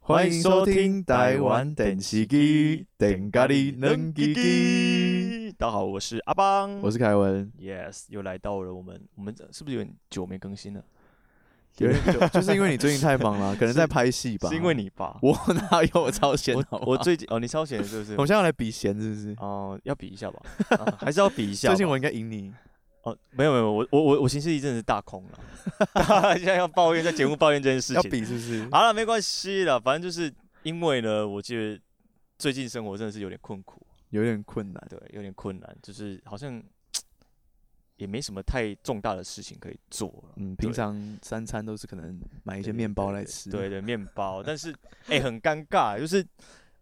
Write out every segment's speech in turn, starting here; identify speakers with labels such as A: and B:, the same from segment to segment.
A: 欢迎收听台湾电视机，电咖喱能叽叽。
B: 大家好，我是阿邦，
A: 我是 凯文，
B: Yes，又来到了我们我们是不是有点久没更新了？
A: 有点久，就是因为你最近太忙了，可能在拍戏吧。
B: 是因为你吧？
A: 我哪有我超闲？
B: 我
A: 好不好
B: 我最近哦，你超闲是不是
A: 我？们现在要来比闲是不是？
B: 哦、要比一下吧，啊还是要比一下吧。
A: 最近我应该赢你。
B: 哦，没有没有，我我我我情绪一阵子大空 了，现在要抱怨在节目抱怨这件事
A: 要
B: 情。
A: 比是不是？
B: 好了，没关系了，反正就是因为呢，我觉得最近生活真的是有点困苦，
A: 有点困难。
B: 对，有点困难，就是好像也没什么太重大的事情可以做了。
A: 嗯，
B: 对
A: 平常三餐都是可能买一些
B: 对
A: 面包
B: 对
A: 来
B: 对
A: 吃。啊
B: 对对，面包。但是，哎、很尴尬，就是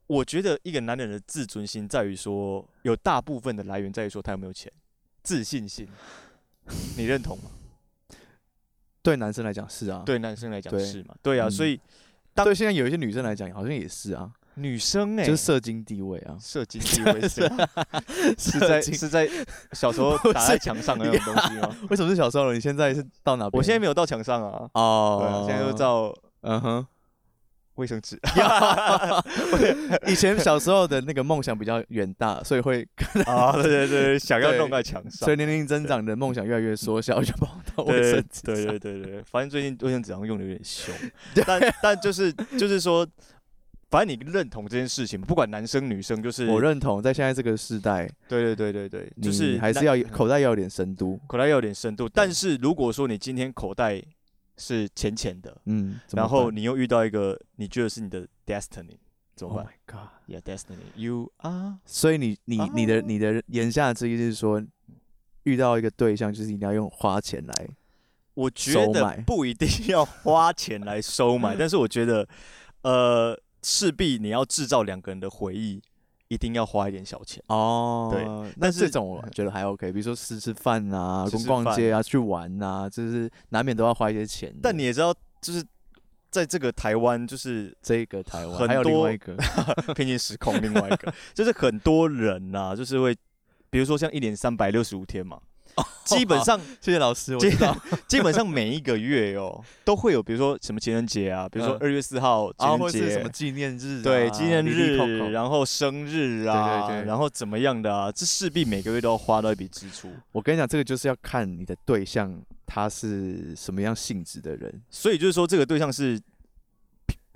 B: 我觉得一个男人的自尊心在于说，有大部分的来源在于说他有没有钱，自信心，你认同吗？
A: 对男生来讲是啊。
B: 对男生来讲
A: 对
B: 是嘛？对啊，所
A: 嗯
B: 以当
A: 对，现在有一些女生来讲好像也是啊，
B: 女生哎、
A: 就是社经地位啊，
B: 射精地位是什 么是在
A: 社经
B: 是在小时候打在墙上的那种东 西吗？
A: 为什么是小时候了？你现在是到哪边？
B: 我现在没有到墙上啊，对啊
A: 哦，
B: 现在都照
A: 嗯哼。
B: 卫生纸。
A: 以前小时候的那个梦想比较远大，所以会
B: 啊，对对对，想要
A: 对
B: 弄在墙上
A: 随。年龄增长的梦想越来越缩小，就跑到
B: 嗯
A: 卫
B: 对
A: 生纸
B: 对
A: 上
B: 对对对，反正最近卫生纸好像用的有点 凶，但但就是就是说，反正你认同这件事情，不管男生女生，就是
A: 我认同，在现在这个时代，
B: 对对对对对，就
A: 你
B: 是
A: 还是
B: 那嗯
A: 要有口袋要有点深度。
B: 口袋要有点深度。但是如果说你今天口袋是浅浅的，
A: 嗯，怎么
B: 然后
A: 办
B: 你又遇到一个你觉得是你的 destiny，怎么
A: Oh
B: 办
A: my god！
B: ？Yeah, destiny, you are 啊
A: 所以你你你的你的言下之意就是说，遇到一个对象，就是一定要用花钱来。
B: 我觉
A: 收买
B: 得不一定要花钱来收买，但是我觉得，呃，势必你要制造两个人的回忆，一定要花一点小钱。
A: 哦
B: 对
A: 那
B: 但是
A: 这种我觉得还 OK，比如说吃吃饭啊、
B: 吃
A: 逛
B: 吃
A: 逛
B: 饭
A: 街啊、去玩啊，就是难免都要花一些钱的。
B: 但你也知道，就是在这个台湾， 就是
A: 这个台湾
B: 很
A: 还有另
B: 多
A: 外一个，
B: 平行时空另外一个，就是很多人呐、就是会，比如说像一年三百六十五天嘛， 基本上
A: 谢谢老师，我
B: 基
A: 知道。
B: 基本上每一个月哦，都会有，比如说什么情人节啊，比如说
A: 嗯
B: 二月四号情
A: 啊，
B: 人
A: 或者是
B: 节、
A: 什么纪念日、啊，
B: 对，纪念
A: 里里扣扣
B: 日，然后生日啊，
A: 对对对
B: 然后怎么样的啊，这势必每个月都要花到一笔支出，
A: 我跟你讲，这个就是要看你的对象他是什么样性质的人。
B: 所以就是说这个对象是。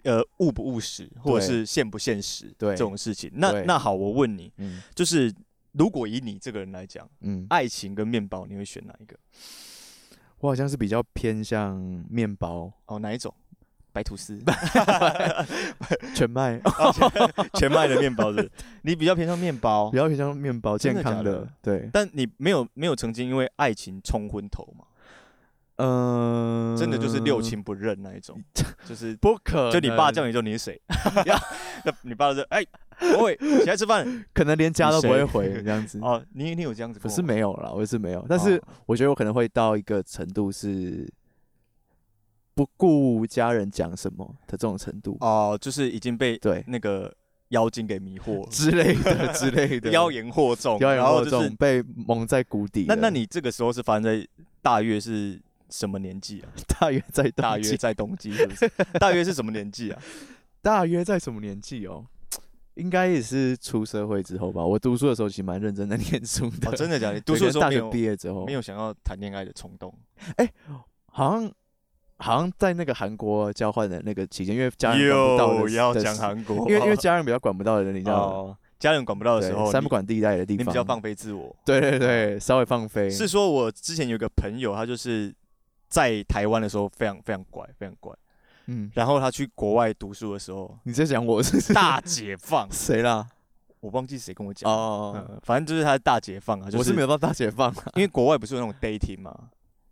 B: 呃，务不务实，或者
A: 对
B: 是现不现实，
A: 对
B: 这种事情。那
A: 对
B: 那好，我问你，
A: 嗯
B: 就是如果以你这个人来讲，
A: 嗯，
B: 爱情跟面包，你会选哪一个？
A: 我好像是比较偏向面包
B: 哦，哪一种？ 白吐司， 哦
A: 全麦，
B: 全 麦的面包是不是？你比较偏向面包
A: 比，较偏向面包
B: 真
A: 健
B: 的
A: 康
B: 假的
A: 对，
B: 但你没有没有曾经因为爱情冲昏头嘛？
A: 嗯、
B: 真的就是六，亲不认那一 种，就是
A: 不可能，
B: 就你爸叫你之后，你是 谁？那你爸就说：“哎、喂，起来吃饭。
A: 可能连家都不会
B: 你
A: 回
B: 谁
A: 这样 子”。
B: 哦，你你有这样子
A: 不
B: 过吗？
A: 嗯是没有啦，我是没有，但
B: 哦
A: 是我觉得我可能会到一个程度是不顾家人讲什么的这种程度，
B: 哦，就是已经被
A: 对
B: 那个妖精给迷惑了，
A: 之类 的之类的，
B: 妖言惑众，
A: 表演
B: 然后
A: 过
B: 就
A: 这种
B: 是
A: 被蒙在鼓底
B: 那
A: 的。
B: 那你这个时候是发生在大约是什么年纪啊？
A: 大约在冬
B: 大约
A: 季
B: 在冬 季是不是？大约是什么年纪啊？
A: 大约在什么年纪哦？应该也是出社会之后吧。我读书的时候其实蛮认真在念书的，
B: 哦，真
A: 的。
B: 的假的？读书的时候
A: 大
B: 没
A: 学
B: 有
A: 毕业之后
B: 没，有想要谈恋爱的冲动，
A: 好像好像在那个韩国交换的那个期间，因为家人管不到的
B: 又
A: 时，
B: 要
A: 的
B: 讲
A: 时
B: 韩国，
A: 因为因为家人比较管不到的人，你知道吗？
B: 哦，家人管不到的时
A: 对
B: 候，
A: 三
B: 你
A: 不管地带的地
B: 你
A: 方，
B: 比较放飞自我。
A: 对对对，稍微放飞。
B: 是说我之前有个朋友，他就是在台湾的时候非常非常乖，非常乖。
A: 嗯，
B: 然后他去国外读书的时 候
A: 你在讲我是，
B: 大解放
A: 谁啦？
B: 我忘记谁跟我讲。哦
A: 哦，
B: 反正就是他大解放啊，就
A: 我是没有到大解放啊，
B: 因为国外不是有那种 dating 嘛，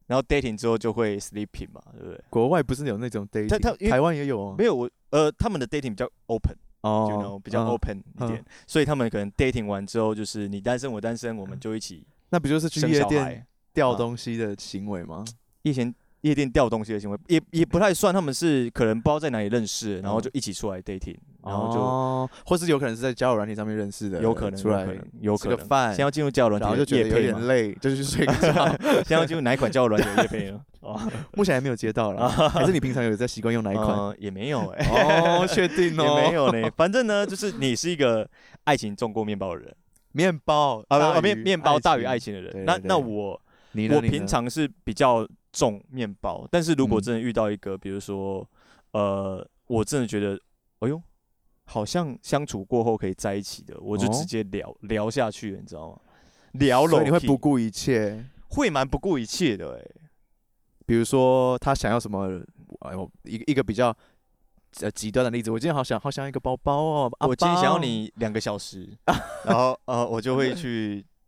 B: 然后 dating 之后就会 sleeping 嘛，对不对？
A: 国外不是有那种 dating，
B: 他因为
A: 台湾也有啊
B: 没。有我呃，他们的 dating 比较 open，
A: 哦
B: you know，比较
A: 嗯
B: open 一点，所以他们可能 dating 完之后就是你单身我单身，我们就一起
A: 那不就是去
B: 生
A: 夜
B: 小
A: 店
B: 孩。
A: 掉
B: 啊
A: 东西的行为吗？
B: 夜前夜店掉东西的行为，也也不太算，他们是可能不知道在哪里认识，然后就一起出来 dating，
A: 然后就、
B: 哦
A: 或是有可能是在交友软体上面认识的，
B: 有可能，
A: 出
B: 有
A: 来
B: 可能，有
A: 吃
B: 可
A: 个
B: 能。
A: 饭
B: 先，要进入交友软
A: 然后
B: 体
A: 就
B: 的
A: 觉得
B: 业配
A: 有点
B: 吗？
A: 累，就去睡个 觉。
B: 先要进入哪一款交友软体的 业配呢？哦，
A: 目前还没有接 到啦，还是你平常有在习惯用哪一款？
B: 呃也没有哎，
A: 哦，确定
B: 也
A: 哦，
B: 没有呢。反正呢，就是你是一个爱情重过面包的人
A: 面包
B: 啊，
A: 大
B: 不
A: 于
B: 啊面面包大于爱
A: 情。
B: 情的人。
A: 对
B: 那
A: 对
B: 那
A: 对
B: 我
A: 你呢
B: 我
A: 你呢
B: 平常是比较重面包，但是如果
A: 嗯
B: 真的遇到一个，比如说，呃，我真的觉得，哎呦，好像相处过后可以在一起的，我就直
A: 哦
B: 接聊、聊下去了，你知道吗？聊
A: 所
B: 了
A: 以你会不顾一切，
B: 会蛮不顾一切的、欸，
A: 比如说他想要什么，哎呦，一个一个比较呃极端的例子，我今天好想好想要一个包包哦，阿
B: 我今天想要
A: 包
B: 你两个小时，然后呃，我就会去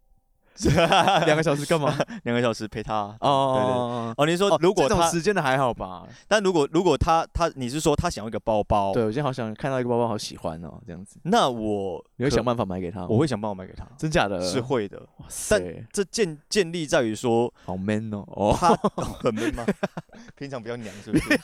A: 两个小时干嘛？
B: 两个小时陪他。
A: 哦，
B: 哦，你说
A: 哦
B: 如果
A: 这种
B: 他，
A: 时间的还好吧？
B: 但如果如果他他，你是说他想要一个包包，
A: 哦对，我今天好想看到一个包包，好喜欢哦，这样子，
B: 那我
A: 你会
B: 可
A: 想办法买给他吗？
B: 我会想帮我买给他，
A: 真假的
B: 是，会的。
A: 哇塞，
B: 这建建立在于说
A: 好 man 哦，哦，
B: 他很 man 吗？ 平常比较娘是不是？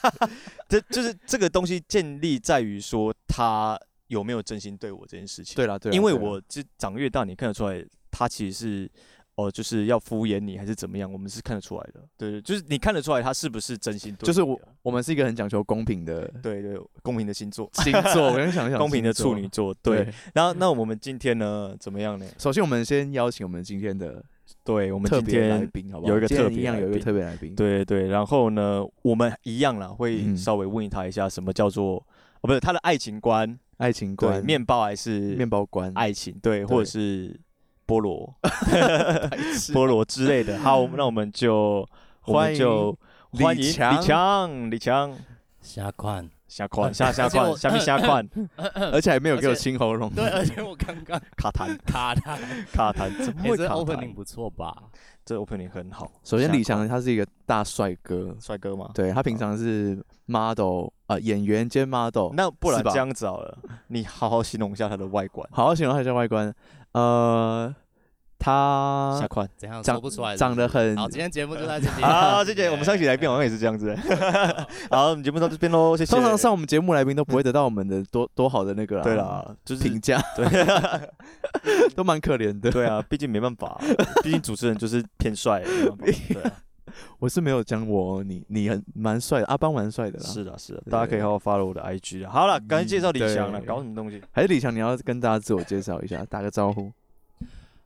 B: 这就是这个东西建立在于说他有没有真心对啊我这件事情。
A: 对啦对啦，
B: 因为
A: 对啦
B: 我这长越大，你看得出来他其实是哦、就是要敷衍你还是怎么样，我们是看得出来的。对，就是你看得出来他是不是真心对你的，
A: 就是我我们是一个很讲求公平的
B: 对对公平的星 座，
A: 星座，我刚想想
B: 公平的
A: 星座
B: 处女，座。对，，然后那我们今天呢怎么样呢？
A: 首先我们先邀请我们今天的
B: 对我们
A: 特
B: 今
A: 别来
B: 天
A: 宾，好不好？
B: 有一个
A: 今天
B: 特别
A: 一样
B: 来
A: 有一个
B: 宾
A: 特别来宾，
B: 对对，然后呢，我们一样啦，会
A: 嗯
B: 稍微问他一下什么叫做、哦，不是他的爱情观，
A: 爱情
B: 对，
A: 观
B: 面包还是
A: 面包观，
B: 爱情，对，或者
A: 对
B: 是菠 萝
A: 白痴
B: 菠萝之类的。好，那我们就我
A: 欢
B: 们
A: 迎
B: 就
A: 李
B: 欢迎李
A: 强
B: 强，李强，
C: 瞎看，
B: 下款下下
C: 而且
B: 款
C: 我
B: 下面下 款
A: 而且还没有给我
C: 而且
A: 清喉咙，
C: 对，而且我刚刚
B: 卡痰
C: 卡他，哎
B: 卡痰，怎么会
C: 这
B: 卡
C: opening
B: 痰？
C: 不错吧？
B: 这 opening 很好，
A: 首先，
B: 下
A: 李
B: 款
A: 翔他是一个大帅哥，
B: 帅哥嘛，
A: 对他平常是 model 啊、呃演员兼 model。
B: 那不然
A: 是吧
B: 这样子好了，你好好形容一下他的外观，
A: 好好形容他一下外观，呃，
B: 下
A: 他
B: 款。
C: 怎样
A: 长
C: 说不出来是不
A: 长
C: 是
A: 得很
C: 好，今天节目就 到这里。
A: 啊
B: 好，啊谢谢。我们上一期来宾好像也是这样子。 好，我们节目到这边喽，谢谢。
A: 通常上我们节目来宾都不会得到我们的 多多好的那个啦
B: 对啦，就是
A: 评价，
B: 对
A: 都蛮可怜的。
B: 对啊，毕竟没办法，毕竟主持人就是偏帅，没 办法对啊，
A: 我是没有讲我，你你很蛮帅的，阿邦蛮帅的啦。
B: 啊是的，是的，
A: 对嗯
B: 大家可以好好 follow 我的 IG 啊。好了，赶紧介绍李翔了，
A: 对
B: 搞什么东西？
A: 还是李翔，你要跟大家自我介绍一下，打个招呼。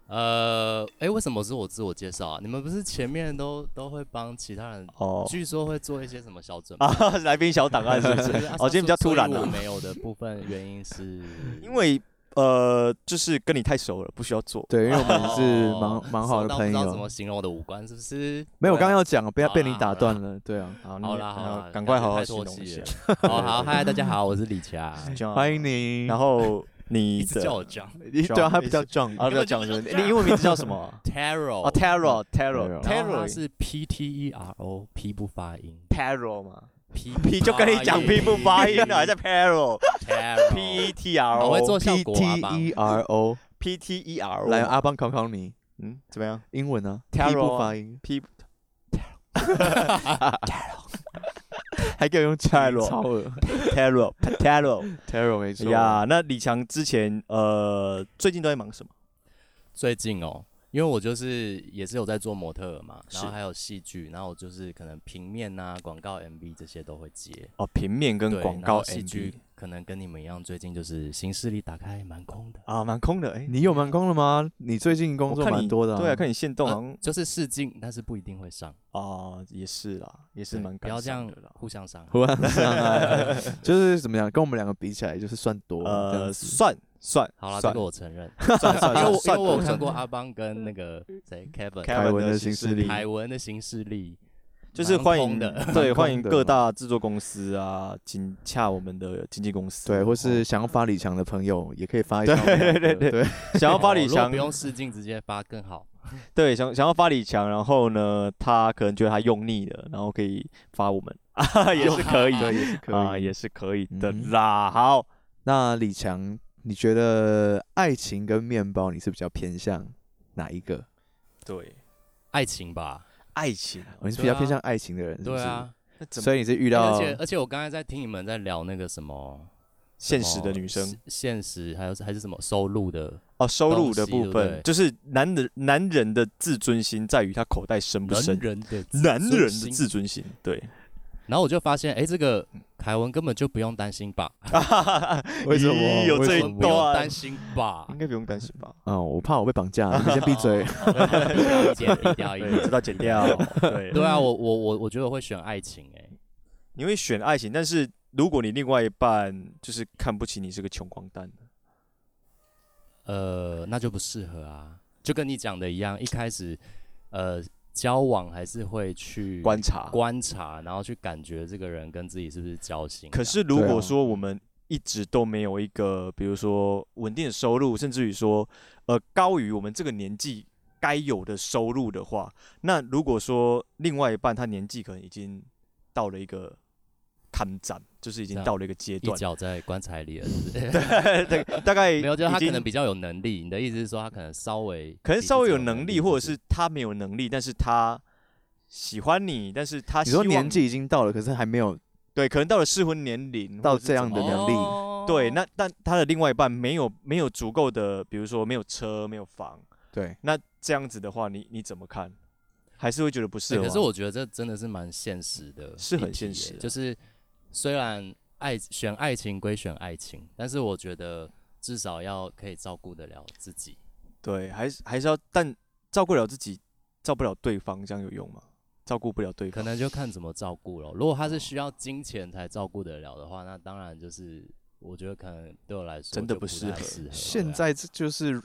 C: 呃，哎，为什么是我自我介绍啊？你们不是前面都都会帮其他人，
B: 哦
C: 据说会做一些什么小准备？
B: 啊， 来宾小档案是不 是？
C: 就是啊
B: 哦今天比较突然啊
C: 所以我没有的部分原因是
B: 因为呃，就是跟你太熟了，不需要做。
A: 对，因为我们是
C: 哦
A: 蛮蛮好
C: 熟
A: 的
C: 到
A: 朋
C: 不知道怎
A: 友
C: 么。形容我的五官，是不是？
A: 没有，我刚刚
C: 要。
A: 要讲，不要被你
C: 好啦
A: 打
C: 好啦
A: 断了。对啊，
B: 好
C: 好啦好啦，
B: 呃赶快好好
C: 感
B: 形
C: 觉太
B: 容
C: 唾
B: 一
C: 弃
B: 下
C: 了。。哦，好，嗨，大家好，我是李佳，
B: 这样啊
A: 欢迎。你。
B: 然后你
C: 一直叫
B: 的
C: 我 John
A: 你对啊，他比较壮
B: 啊，不要讲什么，你英文名字叫什么啊？
C: Taro
B: 哦，Tarot，Tarot，Tarot，
A: Tarot
C: 然
B: 哦
C: 后它是 P T E R O P 不发音
B: Tarot 嘛。
C: ，P
B: P 就跟你讲 P 哦不发音了，啊还在 parallel P
C: Taro
B: E T R
C: 我会
B: O
C: 做效
A: P
C: 果啊
A: T
C: 吧
A: E R O，
B: P T E R O
A: 来阿邦考考你
B: 嗯，怎么样
A: 英文啊
B: Tarot
A: ，P 不发音，
B: ？P
A: 还给我用 E
B: Tarot
A: 超额
B: Tarot Tarot
A: Tarot 没错
B: 呀，那李强之前呃最近都在忙什么？
C: 最近哦。因为我就是也是有在做模特儿嘛，然后
B: 是
C: 还有戏剧，然后我就是可能平面啊、广告、MV 这些都会接，
B: 哦，平面跟
C: 对，
B: 广
C: 然
B: 告
C: 后戏
B: MV
C: 剧可能跟你们一样，最近就是新势力打开蛮空的，
B: 啊，蛮空的哎。
A: 你有蛮空了吗？你最近工
B: 我
A: 作
B: 看
A: 蛮
B: 你
A: 多的，
B: 对啊，看你现动好像
C: 就是试镜，但是不一定会上，
B: 啊，也是啦，也是
C: 对
B: 蛮
C: 不要
B: 感
C: 这
B: 伤
C: 样
B: 的啦。
C: 互相伤害。
A: 突然
B: 啊
A: 上来， 就是怎么样，跟我们两个比起来，就是算多这
B: 呃，
A: 样子
B: 算算
C: 好了，这
B: 算
C: 个我承认，
B: 算
C: 因
B: 算
C: 为我因为
B: 算
C: 我有
B: 算
C: 看过阿邦跟那个谁 Kevin
A: 凯
B: Kevin
A: 文
B: 的
A: 的
B: 新
A: 新
B: 势
A: 势
B: 力
A: 力
C: 凯文的新势力，
B: 就是
C: 蛮
B: 欢
C: 空
B: 迎
C: 的
B: 对
A: 蛮
B: 欢
A: 空
B: 迎
A: 的
B: 各大制作公司啊，请洽我们的经纪公司，
A: 对，或是想发李强的朋友也可以发一条我们两个，
B: 对对
A: 对，
B: 想要发
C: 哦
B: 李
C: 如果
B: 强
C: 不，用试镜直接发更好。
B: 对，想想要发李强，然后呢，他可能觉得他用腻了，然后可以发我们， 啊，也是可以
A: 对，也是可以
B: 啊，也是可以的
A: 嗯
B: 啦。好，
A: 那李强，你觉得爱情跟面包，你是比较偏向哪一个？
B: 对，
C: 爱情吧，
B: 爱情，
A: 哦你是比
C: 对
A: 较
C: 啊
A: 偏向爱情的人，是不
C: 对
A: 是？
C: 啊，
B: 那怎么
A: 所以你是遇
C: 而
A: 到
C: 且而且我刚才在听你们在聊那个什么
B: 现实的
C: 什么
B: 女生
C: 现现实还有还是什么收入的
B: 哦，收入的
C: 东西
B: 部
C: 对不
B: 分
C: 对
B: 就是男人男人的自尊心在于他口袋深不
C: 男
B: 深，
C: 人的自
B: 男人的自
C: 尊心，
B: 尊心，对，
C: 然后我就发现，哎，这个凯文根本就不用担心吧，
A: 为什么
B: 咦有
A: 为
B: 这
A: 什
B: 一
A: 么
C: 不用
B: 段
C: 担，心吧
B: 应。该不用担心吧？
A: 嗯，我怕我被绑架，你们先闭 嘴。
B: 啊
C: 好， 好剪一掉一
B: 对，知
C: 掉。
B: 道剪掉。对，
C: 对啊，我我我我觉得我会选爱情哎、
B: 你会选爱情，但是如果你另外一半就是看不起你是个穷光蛋，
C: 呃，那就不适合啊。就跟你讲的一样，一开始呃交往还是会去
A: 观
B: 啊
A: 察
C: 观察，然后去感觉这个人跟自己是不是交心这样。
B: 可是如
A: 对啊
B: 果说我们一直都没有一个，比如说稳定的收入，甚至于说呃高于我们这个年纪该有的收入的话，那如果说另外一半他年纪可能已经到了一个坎站，就是已
C: 这
B: 经
C: 样
B: 到了一个阶
C: 一
B: 段，
C: 脚在棺材里了，是不是？
B: 对，大概
C: 没有，就是他
B: 已
C: 可
B: 经
C: 能比较有能力。你的意思是说他可能稍微，
B: 可能稍微有能力，或者
C: 是
B: 是他没有能力，但是他喜欢你，但是他
A: 你
B: 希
A: 说
B: 望
A: 年纪已经到了，可是还没有
B: 对，可能到了适婚年龄，
A: 到
B: 或者是
A: 这样
B: 怎
A: 的
C: 哦
B: 么样
A: 能力
B: 对，那但他的另外一半没有没有足够的，比如说没有车、没有房，
A: 对，
B: 那这样子的话，你你怎么看？还是会觉得不适
C: 对
B: 合吗？
C: 哎可是我觉得这真的是蛮现实的，
B: 是很现实啊
C: 就是虽然爱选爱情归选爱情，但是我觉得至少要可以照顾得了自己。
B: 对，还是还是要，但照顾了自己，照顾不了对方，这样有用吗？照顾不了对
C: 可
B: 方，
C: 能就看怎么照顾了。如果他是需要金钱才照顾得了的话，那当然就是我觉得可能对我来说
B: 真的不
C: 就不
B: 适
C: 太
B: 合
C: 适合。
A: 现
C: 对啊
A: 在这就是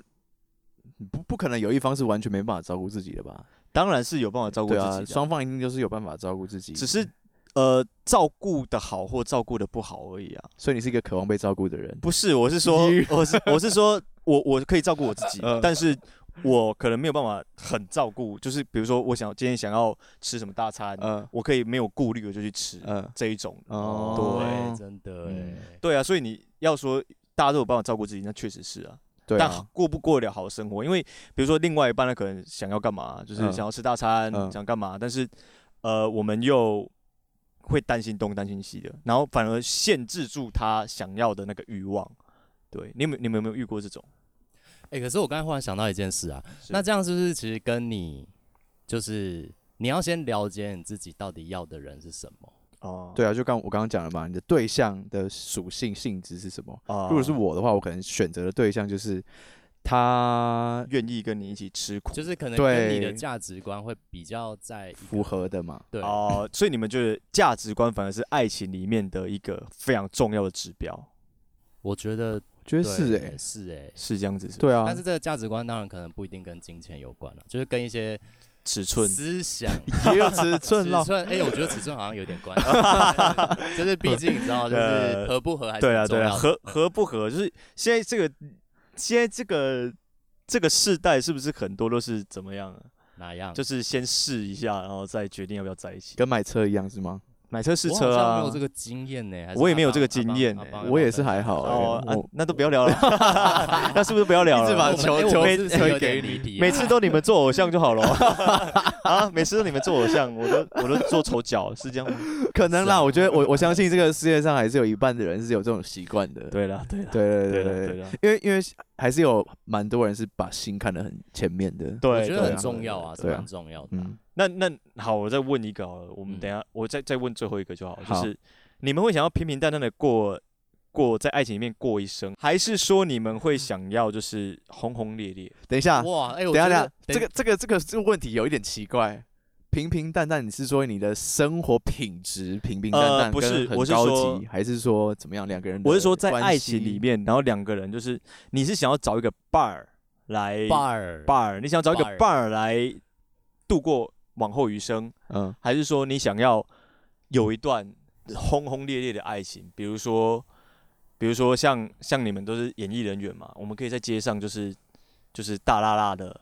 A: 不不可能有一方是完全没办法照顾自己的吧？
B: 当然是有办法照顾
A: 对
B: 自己
A: 啊，
B: 的啊、
A: 双方一定就是有办法照顾自己，
B: 只是呃照顾的好或照顾的不好而已啊。
A: 所以你是一个渴望被照顾的人。
B: 不是，我是说
A: You，
B: 我是我是说，我我可以照顾我自己
A: 嗯，
B: 但是我可能没有办法很照顾，就是比如说，我想今天想要吃什么大餐，
A: 嗯
B: 我可以没有顾虑我就去吃
A: 嗯，
B: 这一种。
C: 哦，
A: 哦
C: 对，真的哎，
B: 对啊，所以你要说大家都有办法照顾自己，那确实是啊，
A: 对
B: 但
A: 啊，
B: 过不过得了好生活？因为比如说另外一半他可能想要干嘛，就是
A: 嗯
B: 想要吃大餐，
A: 嗯
B: 想干嘛，但是呃，我们又会担心东担心西的，然后反而限制住他想要的那个欲望。对，你们你们有没有遇过这种？
C: 哎、可是我刚才忽然想到一件事啊，
B: 是
C: 那这样是不是其实跟你就是你要先了解你自己到底要的人是什么？
B: 哦，
A: 对啊，就刚我刚刚讲了嘛，你的对象的属性性质是什么？
B: 啊，
A: 如果是我的话，我可能选择的对象就是他
B: 愿意跟你一起吃苦，
C: 就是可能跟你的
A: 对
C: 价值观会比较在一个
A: 符合的嘛。
C: 对、
B: 哦，所以你们觉得价值观反而是爱情里面的一个非常重要的指标，
C: 我觉得
A: 我觉得
C: 对
A: 是哎，
C: 是哎、
B: 是这样子是不是？
A: 对啊
C: 但是，这个价值观当然可能不一定跟金钱有关了、就是跟一些
B: 尺寸
C: 思想
A: 也有 尺寸
C: 尺
A: 咯。
C: 寸，哎、我觉得尺寸好像有点关 系，就是毕竟你知道，就是
B: 呃
C: 合不合还是
B: 对啊，
C: 很重
B: 对啊，
C: 要的嗯
B: 合合不合，就是现在这个现在这个这个世代是不是很多都是怎么样啊？
C: 哪样？
B: 就是先试一下，然后再决定要不要在一起。
A: 跟买车一样是吗？
B: 买车试
C: 我好
B: 车
C: 像
B: 啊，
C: 没有这个经验呢、还是
B: 我也没有
C: 阿邦
B: 这个经验
C: 阿邦
B: 欸
C: 阿邦要不要
A: 我也是还好
C: 分享
A: 欸
B: 哦、啊
A: 我，
B: 那都不要 聊了， 那是不是不要聊
A: 一直把
B: 了？
C: 我
A: 球
C: 们哎我们
A: 球
C: 是不是
A: 推
C: 有点
A: 给
C: 离
A: 你
C: 题啊
B: 每次都你们做偶像就 好了 啊！每次都你们做偶像，我都我都做丑角，是这样吗？
A: 可能
C: 是
A: 啦，
C: 啊
A: 我觉得我我相信这个世界上还是有一半的人是有这种习惯的。
B: 对了，对了，
A: 对
B: 对
A: 对对
B: 了，对
A: 对对，
B: 了，
A: 因为因为还是有蛮多人是把心看得很前面的。
B: 对，
C: 我觉得
B: 对
C: 很
B: 啊
C: 重要啊，
B: 对
C: 是
B: 啊
A: 对啊
C: 蛮重要的啊、
A: 嗯，
B: 那那好，我再问一个好了，我们
C: 嗯
B: 等一下、我再再问最后一个就好了，就
A: 好
B: 是你们会想要平平淡淡的过过在爱情里面过一生，还是说你们会想要就是轰轰烈烈？
A: 等一下，
C: 哇，哎、
A: 等
C: 我
A: 一下
C: 觉
A: 等一下，这
C: 得
A: 个这个这个这个问题有一点奇怪。平平淡淡，你是说你的生活品质平平淡
B: 呃
A: 淡，
B: 不是
A: 跟很
B: 我是
A: 高
B: 说
A: 级，还是说怎么样？两个人的
B: 我是说在
A: 关
B: 爱情
A: 系
B: 里面，然后两个人就是你是想要找一个伴儿来
C: bar
B: 伴儿，你想要找一个
C: 伴儿
B: 伴儿来度过往后余生，
A: 嗯，
B: 还是说你想要有一段轰轰烈烈的爱情？比如说，比如说像像你们都是演艺人员嘛，我们可以在街上就是就是大辣辣的，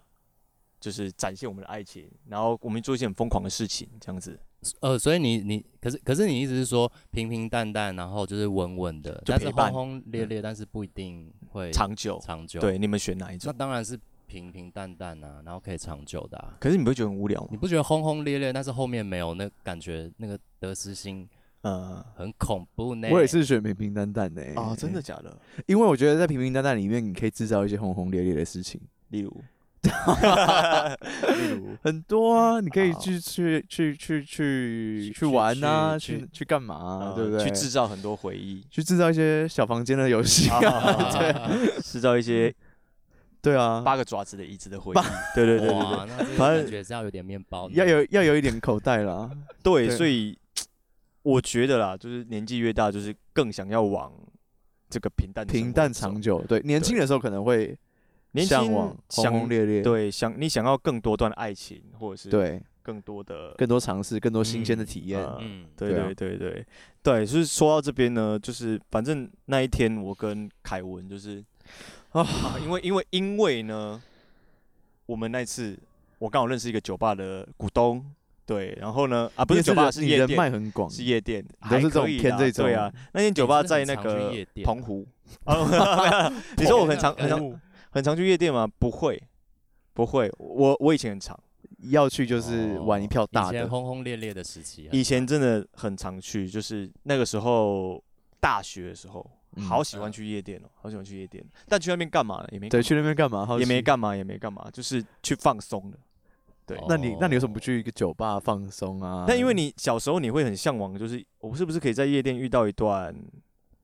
B: 就是展现我们的爱情，然后我们做一些很疯狂的事情，这样子
C: 呃，所以你你可是可是你意思是说平平淡淡，然后就是稳稳的，
B: 就
C: 但是
B: 陪伴嗯
C: 轰轰烈烈，但是不一定会
B: 长久。
C: 长久。，
B: 对，你们选哪一
C: 那
B: 种？
C: 当然是平平淡淡啊，然后可以长久的、啊。
B: 可是你不会觉得很无聊吗
C: 你？不觉得轰轰烈烈，但是后面没有那感觉，那个得失心
B: 嗯，
C: 很恐怖呢。
A: 我也是选平平淡淡的、欸。
B: 啊，真的，假的？
A: 因为我觉得在平平淡淡里面，你可以制造一些轰轰烈烈的事情，
B: 例如， 例如，
A: 很多啊，你可以
B: 好
A: 去去去去去
C: 去
A: 去玩啊，
C: 去
A: 去去干嘛、啊，
B: 呃
A: 对不对？
B: 去制造很多回忆，
A: 去制造一些小房间的游戏啊，
B: 对， 制造一些
A: 对啊，
B: 八个爪子的椅子的回忆，对对对对
C: 哇，那这个
A: 反
C: 感
A: 正
C: 觉是要有点面包的，
A: 要有要有一点口袋 啦，
B: 对，
A: 对
B: 对，所以我觉得啦，就是年纪越大，就是更想要往这个平淡的生活
A: 平淡
B: 走
A: 长久。对，年轻的时候可能会
B: 年
A: 向
B: 轻
A: 往轰
B: 想
A: 轰烈烈，
B: 对，想你想要更多段爱情，或者是
A: 对，
B: 更多的
A: 更多尝试，更多新鲜的体验。
B: 呃
C: 嗯，
B: 对
A: 对啊
B: 对对对对，就是说到这边呢，就是反正那一天我跟凯文就是
A: 啊
B: 啊，因为因为因为呢，我们那次我刚好认识一个酒吧的股东，对，然后呢啊不
A: 你
B: 是
A: 也
B: 酒吧是
A: 你
B: 夜
A: 人脉
B: 店
A: 很广，
B: 是夜店，
A: 你都是
B: 还
A: 这种
B: 可以
A: 偏
B: 啦
A: 这种
B: 对啊，那间酒
C: 你
B: 吧
C: 是很
B: 在那
C: 常去
B: 个
C: 夜店哎
B: 澎 湖，
A: 哦
B: 啊 你说我很常很常
C: 澎湖
B: 很常去夜店吗？不会不会，我我以前很常。
A: 要去就是玩一
B: 哦
A: 票大
C: 以前
A: 的，
C: 轰轰烈烈的时期啊，
B: 以前真的很常去，就是那个时候大学的时候，
A: 嗯
B: 好喜欢
C: 嗯
B: 去夜店哦，好喜欢去夜店。但去那边干嘛呢？也没
A: 对，
B: 干
A: 去那边干嘛？好
B: 嘛也没
A: 奇。
B: 干嘛，也没干嘛，就是去放松的。
A: 嗯
B: 对
C: 哦
A: 那你那你为什么不去一个酒吧放松啊？
B: 但因为你小时候你会很向往，就是我是不是可以在夜店遇到一段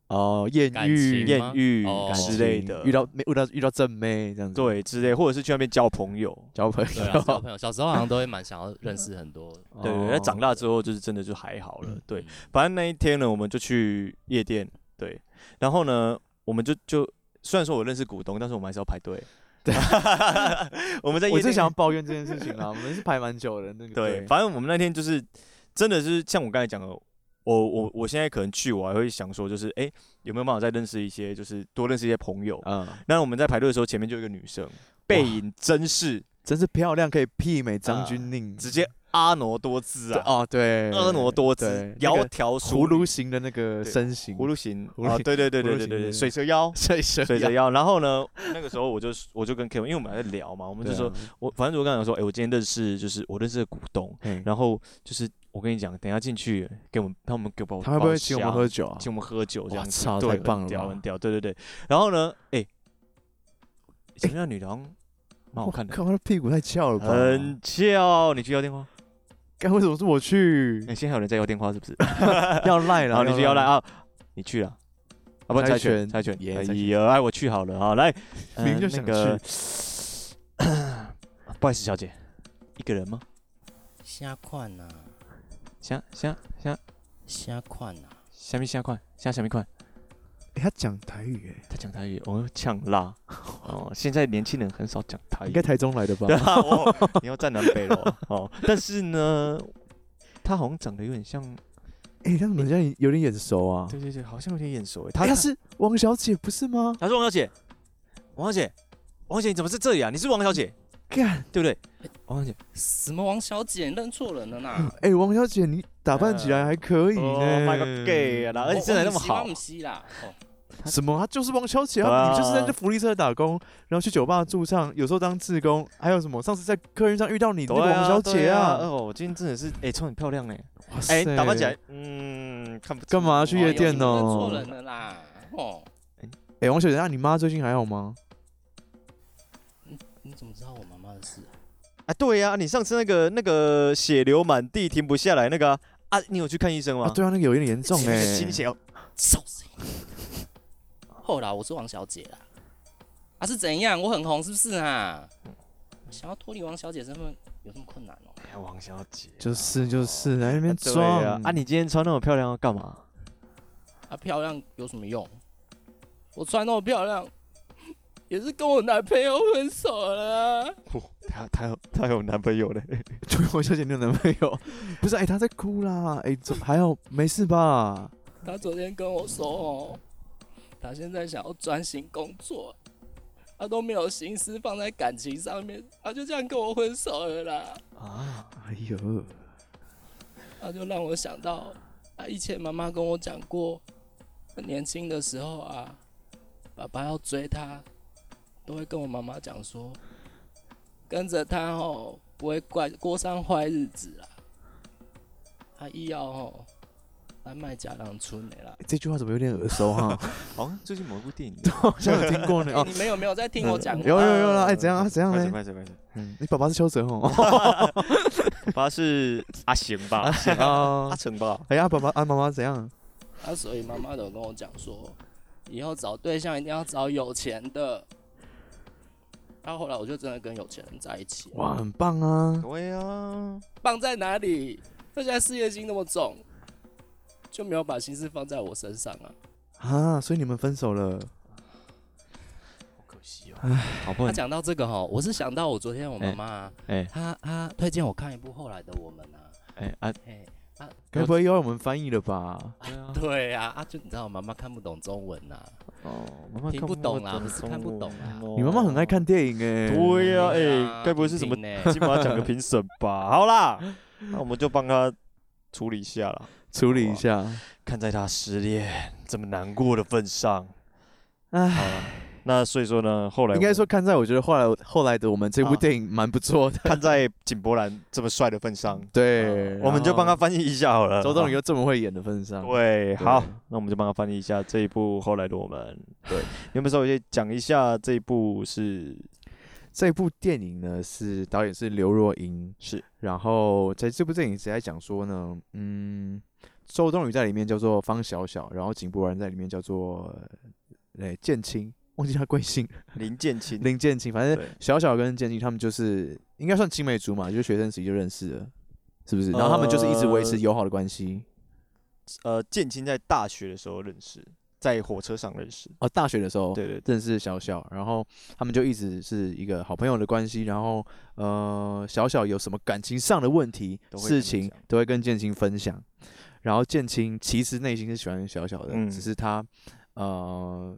A: 哦，艳
C: 感
A: 遇、
C: 情
B: 艳
C: 吗
B: 遇
C: 哦
A: 感
B: 之
A: 情
B: 类的，
A: 遇到没遇到遇到正妹这样子，，
B: 对之类，或者是去那边交朋友。
A: 交朋
C: 对 啊，交
A: 友。
C: 朋友，小时候好像都会蛮想要认识很多，
B: 对对，对
A: 哦
B: 那长大之后就是真的就还好了。对，
C: 嗯，
B: 反正那一天呢，我们就去夜店，对，然后呢，我们就就虽然说我认识股东，但是我们还是要排队。
A: 对，
B: 我们在夜
A: 我
B: 店
A: 最想要抱怨这件事情啦，我们是排蛮久的那个。
B: 对，反正我们那天就是真的是像我刚才讲的，我我我现在可能去，我还会想说，就是哎、诶有没有办法再认识一些，就是多认识一些朋友。
A: 嗯，
B: 那我们在排队的时候，前面就有一个女生，背影真是
A: 真是漂亮，可以媲美张
B: 啊
A: 钧甯，
B: 直接婀娜多姿
A: 对
B: 啊，
A: 哦，对，
B: 婀娜多姿
A: 对，那
B: 窈
A: 个
B: 窕淑
A: 葫
B: 女
A: 芦形的那个
B: 对
A: 身形，
B: 葫芦形，
A: 葫芦
B: 啊，对对对
A: 葫
B: 对
A: 芦
B: 对
A: 形
B: 对对，
A: 对
B: 水蛇腰，
A: 水 蛇
B: 水着
A: 腰
B: 腰。然后呢，那个时候我就我就跟 Kevin，因为我们还在聊嘛，我们就说，，我反正我刚才讲说，哎、我今天认识就是我认识的股东，
A: 对啊嘿
B: 然后就是我跟你讲，等一下进去给我们他们给我把我
A: 他会不
B: 把
A: 会请我们
B: 吓
A: 喝酒啊？
B: 请我们喝酒这
A: 哇
B: 样子？
A: 操
B: 对
A: 太
B: 很
A: 棒了
B: 屌
A: 吧
B: 很屌，对对对。然后呢，哎、前面那女的好像蛮好看的，
A: 看他屁股太翘了吧？
B: 很翘。你去要电话？
A: 干为什么是我去
B: 哎、？现在有人在要电话是不是？
A: 要赖
B: 然
A: 啦，
B: 后你去要来啊，你去了。啊不，
A: 猜
B: 猜
A: 拳
B: 猜拳，
A: 耶
B: 哎
A: 猜拳
B: 呀，哎，我去好了 啊，来，
A: 明明
B: 呃
A: 就
B: 那
A: 想
B: 个， 不好意思，小姐，一个人吗？
C: 虾款呐，
B: 虾虾虾
C: 虾款呐，
B: 虾米虾块，虾虾米块，
A: 哎他讲台语哎，
B: 他讲台语，我、哦、呛辣。 哦，现在年轻人很少讲台
A: 应
B: 语
A: 该，台中来的 吧
B: 对？啊，哦， 你要站南北了哦。但是呢，他好像长得有点像，
A: 哎，他怎么好像有点眼熟啊？
B: 对对对，好像有点眼熟哎。
A: 哎
B: 他
A: 他是王小姐不是吗？
B: 他说王小姐，王小姐，王小姐你怎么是这里啊？你是王小姐
A: 干，
B: 对不对？哎王小姐。
C: 什么王小姐你认错人了呐？
A: 哎，王小姐你打扮起来还可以
B: 哦，
A: 呢。
B: 卖个 gay 啊啦，而且
C: 我
B: 身材那么
C: 我
B: 好
C: 不，是啦，哦
A: 什么？他就是王小姐
B: 对
A: 啊！
B: 啊
A: 你就是在这福利社打工，然后去酒吧驻唱，有时候当志工，还有什么？上次在客运上遇到你那
B: 对
A: 个王小姐
B: 啊！
A: 啊！
B: 哦，我今天真的是，哎，穿很漂亮哎，
A: 哇塞
B: 哎，打扮起来，嗯，看不出啊
A: 干嘛去夜店
C: 哎呦你
A: 哦
C: 认错？人了啦，哦，
A: 哎，王小姐，那你妈最近还好吗？
C: 你怎么知道我妈妈的事啊？
B: 啊？对呀，你上次那个那个血流满地停不下来那个啊啊，你有去看医生
A: 啊，
B: 吗？
A: 对啊，那个有一点严重
B: 那个
A: 哎。
B: 心血哦
C: 笑死！后来我是王小姐啦，啊是怎样？我很红是不是啊？想要脱离王小姐身份有这么困难哦、
B: 哎王小姐啊，
A: 就是就是，来那
B: 啊
A: 边
B: 对
A: 装
B: 啊！啊，你今天穿那么漂亮要干嘛？
C: 啊，漂亮有什么用？我穿那么漂亮，也是跟我男朋友分手了、啊。
B: 她她有她有男朋友嘞？
A: 对王小姐，你有男朋友？不是，哎，她在哭啦，哎，怎还好没事吧？
C: 他昨天跟我说哦，他现在想要专心工作，他都没有心思放在感情上面，他就这样跟我分手了啦。
B: 啊，
A: 哎呦，
C: 他就让我想到，啊，以前妈妈跟我讲过，年轻的时候啊，爸爸要追她，都会跟我妈妈讲说，跟着她哦，不会怪过上坏日子啦。他一要哦，丹麦假郎春的啦。
A: 哎这句话怎么有点耳 熟哈？
B: 好像最近某一部电影。
A: 好像有听过呢。
C: 哎
A: 哦，
C: 你们有没有在听我讲 话？
A: 有
B: 哦
A: 有有了，哎，怎样啊？怎样
B: 拍手
A: 呢？
B: 拍手拍手，
A: 嗯，你爸爸是邱泽 哦。
B: 爸爸是阿行吧？
A: 啊
B: 阿，成吧？
A: 哎呀，爸爸啊，妈妈怎样？
C: 啊，所以妈妈都跟我讲说，以后找对象一定要找有钱的。然后后来我就真的跟有钱人在一起，
A: 哇，很棒啊！
B: 对啊，
C: 棒在哪里？他现在事业心那么重，就没有把心思放在我身上啊。
A: 啊，所以你们分手了？
B: 好可惜哦。好不
C: 他
B: 容易
C: 讲到这个哈，我是想到我昨天我妈妈、啊，
B: 哎
C: 她她推荐我看一部《后来的我们》啊，
B: 哎啊，
C: 嘿，
A: 该不会又要我们翻译了吧？
B: 对啊，
C: 对呀、啊，啊就你知道我妈妈看不懂中文啊呐、
B: 哦，妈妈
C: 听
B: 看
C: 不懂啦
B: 中
C: 不是看不
B: 文
C: 懂啦
B: 哦
A: 你妈妈很爱看电影哎。
B: 对呀，
C: 啊，
B: 哎，该不会是什么
C: 呢？
B: 金马奖的评审吧？好啦，那我们就帮他处理一下啦。
A: 处理一下。
B: 看在他失恋这么难过的份上，
A: 唉，
B: 好了，那所以说呢，后来我
A: 应该说看在我觉得后来后来的我们这部
B: 啊
A: 电影蛮不错的。
B: 看在井柏然这么帅的份上，
A: 对，
B: 我们就帮他
A: 然后
B: 翻译一下好了。
A: 周冬
B: 啊
A: 雨又这么会演的份上。
B: 对，
A: 对
B: 好，那我们就帮他翻译一下这一部后来的我们。
A: 对，
B: 你们稍微讲一下这一部是
A: 这部电影呢是导演是刘若英，
B: 是，
A: 然后在这部电影是在讲说呢，嗯，周冬雨在里面叫做方小小，然后井柏然在里面叫做呃哎建清，忘记他贵姓了
B: 林建清。
A: 林建清，反正
B: 对
A: 小小跟建清他们就是应该算青梅竹马，就是学生时期就认识了，是不是？然后他们就是一直维持
B: 呃
A: 友好的关系。
B: 呃，建清在大学的时候认识，在火车上认识。
A: 哦，大学的时候，
B: 对对对，
A: 认识小小，然后他们就一直是一个好朋友的关系，然后呃，小小有什么感情上的问题、
B: 都会跟
A: 事
B: 你
A: 情
B: 讲
A: 都会跟建清分享，然后建清其实内心是喜欢小小的，
B: 嗯
A: 只是他呃，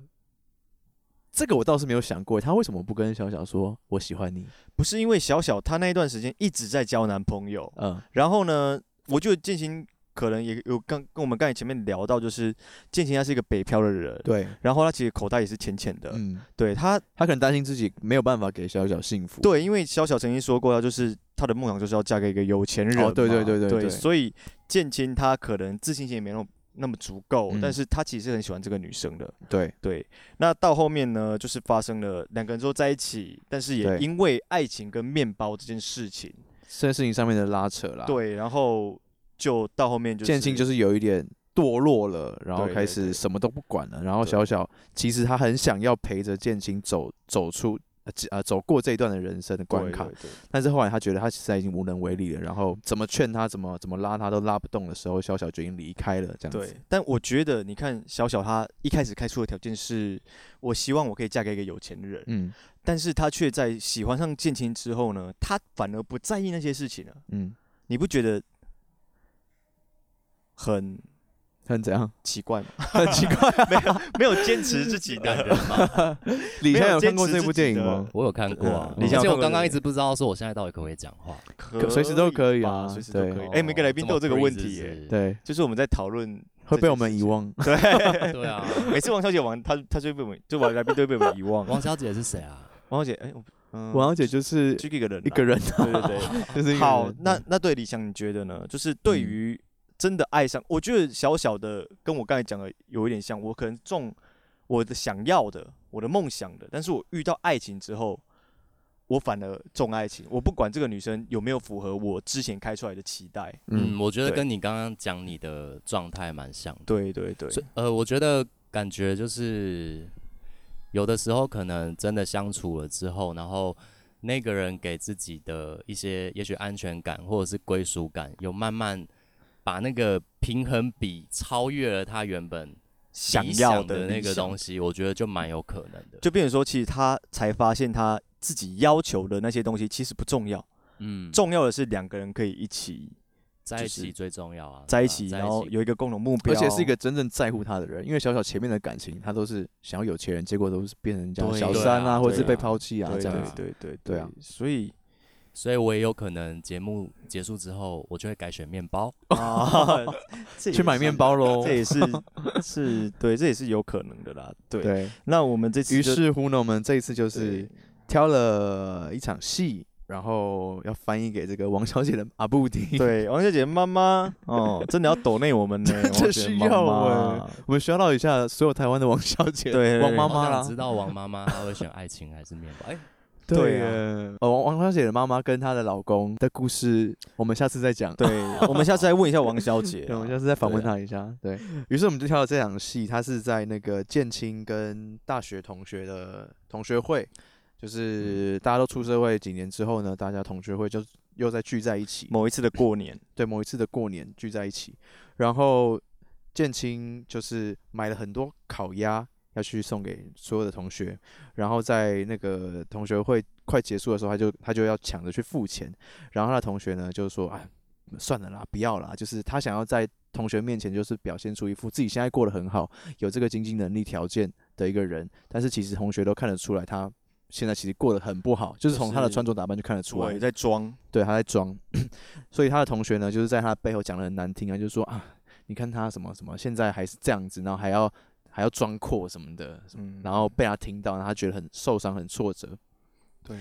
A: 这个我倒是没有想过，他为什么不跟小小说我喜欢你？
B: 不是因为小小她那一段时间一直在交男朋友，
A: 嗯，
B: 然后呢，我觉得建清可能也有刚跟我们刚才前面聊到，就是建清他是一个北漂的人，
A: 对，
B: 然后他其实口袋也是浅浅的，
A: 嗯，
B: 对他
A: 他可能担心自己没有办法给小小幸福，，
B: 对，因为小小曾经说过，他就是他的梦想就是要嫁给一个有钱人嘛，
A: 哦对对对对
B: 对
A: 对
B: 所以建清他可能自信心也没那么那么足够，
A: 嗯
B: 但是他其实很喜欢这个女生的，
A: 对，
B: 对，那到后面呢，就是发生了两个人都在一起，但是也
A: 对
B: 因为爱情跟面包这件事情，
A: 这件事情上面的拉扯啦，，
B: 对，然后就到后面就是
A: 建清啊就是有一点堕落了，然后
B: 对
A: 开
B: 对
A: 始
B: 对
A: 什么都不管了。然后
B: 对
A: 小小其实他很想要陪着建清走走出呃这呃走过这一段的人生的关
B: 对
A: 卡，
B: 对对
A: 但是后来他觉得他实在已经无能为力了，然后怎么劝他怎么怎么拉他都拉不动的时候，小小决定离开了这样子
B: 对。，但我觉得你看小小他一开始开出的条件是，我希望我可以嫁给一个有钱的人，
A: 嗯
B: 但是他却在喜欢上建清之后呢，他反而不在意那些事情了、
A: 嗯，
B: 你不觉得很
A: 很怎样？
B: 奇怪吗？
A: 很奇怪。
B: 没有坚持自己的人嘛？
A: 李
B: 没
A: 湘
B: 有
A: 有
B: 坚
A: 看过
B: 持
A: 这
B: 自
A: 部
B: 己
A: 电影
B: 的
A: 吗？
C: 我有看过啊，
A: 嗯你
C: 而
B: 想
C: 且
B: 看
C: 我
B: 过
C: 刚刚
B: 这
C: 一
B: 个
C: 直不知道说我现在到底可不可以讲话。哦
A: 可随时都可以啊
B: 吧随时都
A: 对
B: 可以。哎、每个来宾都有这个问题耶、
A: 对，
B: 就是我们在讨论，
A: 会被我们遗忘。
C: 对对啊，
B: 每次王小姐玩，她她就会被我们，就玩来宾都会被我们遗忘。
C: 王小姐是谁啊？
B: 王小姐，哎、我嗯，
A: 王小姐就是
B: 就一个人啦，
A: 一个人，
B: 对对对。
A: 就是 一个
B: 好
A: 人，
B: 那那对李翔你觉得呢？就是对
A: 嗯
B: 于真的爱上，我觉得小小的跟我刚才讲的有一点像，我可能中我的想要的，我的梦想的，但是我遇到爱情之后，我反而重爱情，我不管这个女生有没有符合我之前开出来的期待。
A: 嗯
C: 嗯，我觉得
B: 对
C: 跟你刚刚讲你的状态蛮像的。
B: 对对对，
C: 所以呃，我觉得感觉就是有的时候可能真的相处了之后，然后那个人给自己的一些也许安全感或者是归属感，有慢慢把那个平衡比超越了他原本
B: 想
C: 理
B: 要
C: 想的那个东
B: 西，
C: 西，我觉得就蛮有可能的。
B: 就变成说，其实他才发现他自己要求的那些东西其实不重要，
C: 嗯，
B: 重要的是两个人可以一起
C: 在一
B: 就是
C: 起最重要啊，
B: 在一
C: 对吧
B: 起，
C: 在
B: 然后
C: 一起
B: 有一个共同目标，
A: 而且是一个真正在乎他的人，因为小小前面的感情，他都是想要有钱人，结果都是变成这样
B: 对
A: 小
C: 对啊
A: 三啊，或
B: 对
A: 者是被
B: 啊
A: 抛弃啊
B: 对
A: 这样
B: 对
A: 子。
B: 对对
A: 对啊
B: 所以
C: 所以我也有可能节目结束之后，我就会改选面包。
B: 啊，这也
A: 去买
B: 是
A: 面，包喽
B: 这。也是是对，这也是有可能的啦。对，
A: 对，
B: 那我们这次
A: 于
B: 就是
A: 乎呢，我们这一次就
B: 对
A: 是挑了一场戏，然后要翻译给这个王小姐的阿布丁。，
B: 对，王小姐妈妈哦，真的要抖内我们呢，
A: 真的
B: 王小姐
A: 需
B: 妈
A: 要
B: 妈
A: 我们需要唠一下所有台湾的王小姐、啊
B: 对
A: 王妈
B: 他
A: 妈
C: 我想
A: 啦
C: 知。道王妈妈她会选爱情还是面包？哎、
B: 对啊
A: 耶，哦，王王小姐的妈妈跟她的老公的故事，我们下次再讲。
B: 对，我们下次再问一下王小姐啊。
A: 对，我们下次再访问
B: 对啊
A: 她一下。对于是，我们就挑了这场戏，她是在那个建青跟大学同学的同学会，就是大家都出社会几年之后呢，大家同学会就又再聚在一起。
B: 某一次的过年，
A: 对某一次的过年聚在一起，然后建青就是买了很多烤鸭要去送给所有的同学，然后在那个同学会快结束的时候，他就他就要抢着去付钱，然后他的同学呢就说啊算了啦，不要啦，就是他想要在同学面前就是表现出一副自己现在过得很好，有这个经济能力条件的一个人，但是其实同学都看得出来他。现在其实过得很不好，就是
B: 就
A: 从他的
B: 是
A: 穿着打扮就看得出
B: 我
A: 来
B: 也，在装，
A: 对，他在装， 所以他的同学呢，就是在他背后讲的很难听啊，就说啊，你看他什么什么，现在还是这样子，然后还要还要装阔什么的，
B: 嗯
A: 然后被他听到，然后他觉得很受伤，很挫折。
B: 对，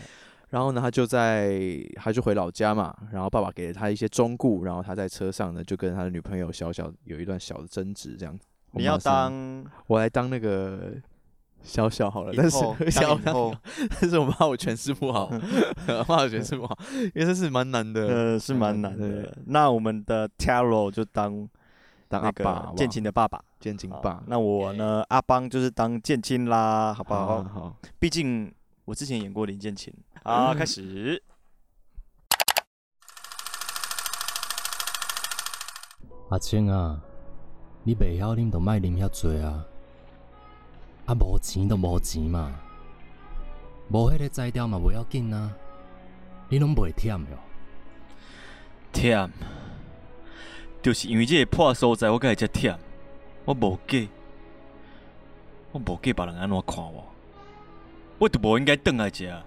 A: 然后呢，他就在他就回老家嘛，然后爸爸给了他一些忠告，然后他在车上呢就跟他的女朋友小小有一段小的争执，这样。我
B: 你要
A: 马上
B: 当
A: 我来当那个小小好了，
B: 影
A: 但是
B: 后
A: 小
B: 当影后，
A: 但是我怕我诠释 不好，我怕我诠释不好，因为这是蛮难的。
B: 呃，是蛮难的。那我们的 Taro 就当
A: 当
B: 那
A: 阿爸好
B: 个
A: 不好，
B: 建青的嗯爸爸，
A: 建青
B: 好
A: 爸，
B: 那我呢，阿邦就是当建青啦，好不
A: 好
B: 好？
A: 好，
B: 毕竟我之前演过林建嗯青。好，啊开始。
C: 阿青啊，你袂晓啉就莫啉遐多啊，啊无钱就无钱嘛，无迄个才调嘛袂要紧啊，你拢袂忝哟。
B: 忝，就是因为这个破所在，我才会遮忝。我无计，我无计别人安怎看我，我就无应该倒来遮。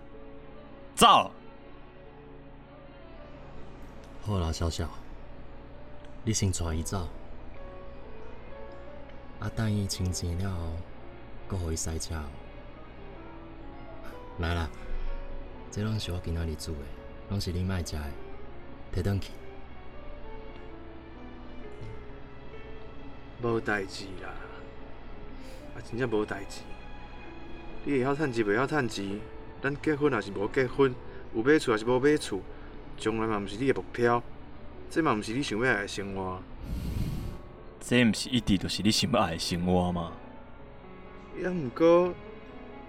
B: 走，
C: 好啦，小小，你先带伊走，啊，等伊清钱了后，搁互伊塞车哦。来啦，这拢是我今仔日煮的，拢是你卖食的，摕转去。
A: 无代志啦，啊，真正无代志。你会晓趁钱，袂晓趁钱，咱结婚也是无结婚，有买厝也是无买厝，将来嘛毋是你的目标，这嘛毋是你想要的生活。
B: 这毋是一直就是你想要爱的生活吗？
A: 也毋过，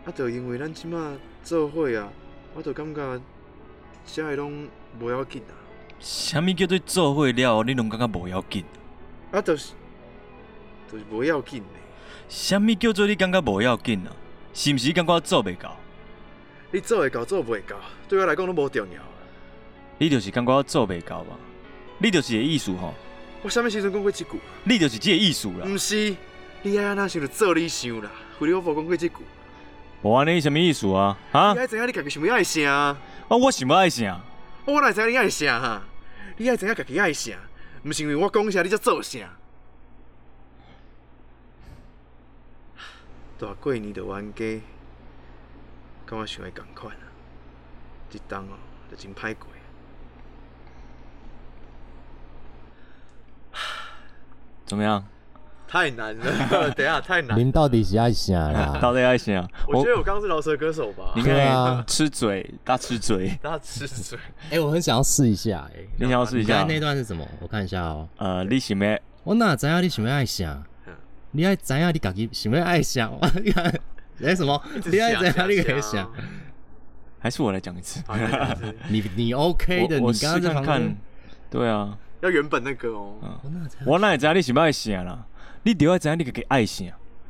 A: 啊，就因为咱即马做伙啊，我就感觉遮个拢无要紧啊。
B: 啥物叫做做伙了后，你拢感觉无要紧？
A: 啊，就是就是无要紧的。
B: 啥物叫做你感觉无要紧啊？是毋是你感觉我做袂到？
A: 你做会到，做袂到，对我来讲拢无重要啊。
B: 你就是感觉我做袂到吧？你就是个意思吼，
A: 我啥物时阵讲过即句？
B: 你就是即个意思啦。
A: 毋是，你爱安那想就做你想啦，非得我无讲过即句。
B: 无安尼什物意思啊？啊
A: 你，爱知影你家己想要爱啥啊，
B: 啊我想要爱啥？
A: 我哪会知影你爱啥哈？你爱知影家己爱啥，毋是因为我讲啥你才做啥。 大过年就冤家，甲我想的共款啊，一冬哦就真歹过。
B: 怎么样？
A: 太难了，等一下太难
D: 您到底是爱啥
B: 到
D: 啦？
B: 底爱啥？
A: 我觉得我刚刚是饶舌歌手吧
B: 你，
D: 啊对
B: 看
D: 啊
B: 吃嘴大吃嘴，
A: 大家吃嘴。
D: 哎、我很想要试一下、哎，
B: 你想要试一
D: 你刚
B: 下
D: 才？那段是什么？我看一下哦、
B: 呃，你想要
D: 我哪知影你想要爱啥
A: 嗯？
D: 你爱知影你家己想要爱啥？ 你看，哎什么？你爱知影你爱啥？
B: 还是我来讲一次？
A: 好你来讲一次
D: 你你 OK 的？
B: 我
D: 你
B: 我
D: 刚
B: 试
D: 刚在
B: 看
D: 旁
B: 看
D: 边，。
B: 对啊，
A: 要原本那个哦，
D: 我哪知道
B: 我哪会知影你想要爱啥啦？你就要知影你家己爱啥，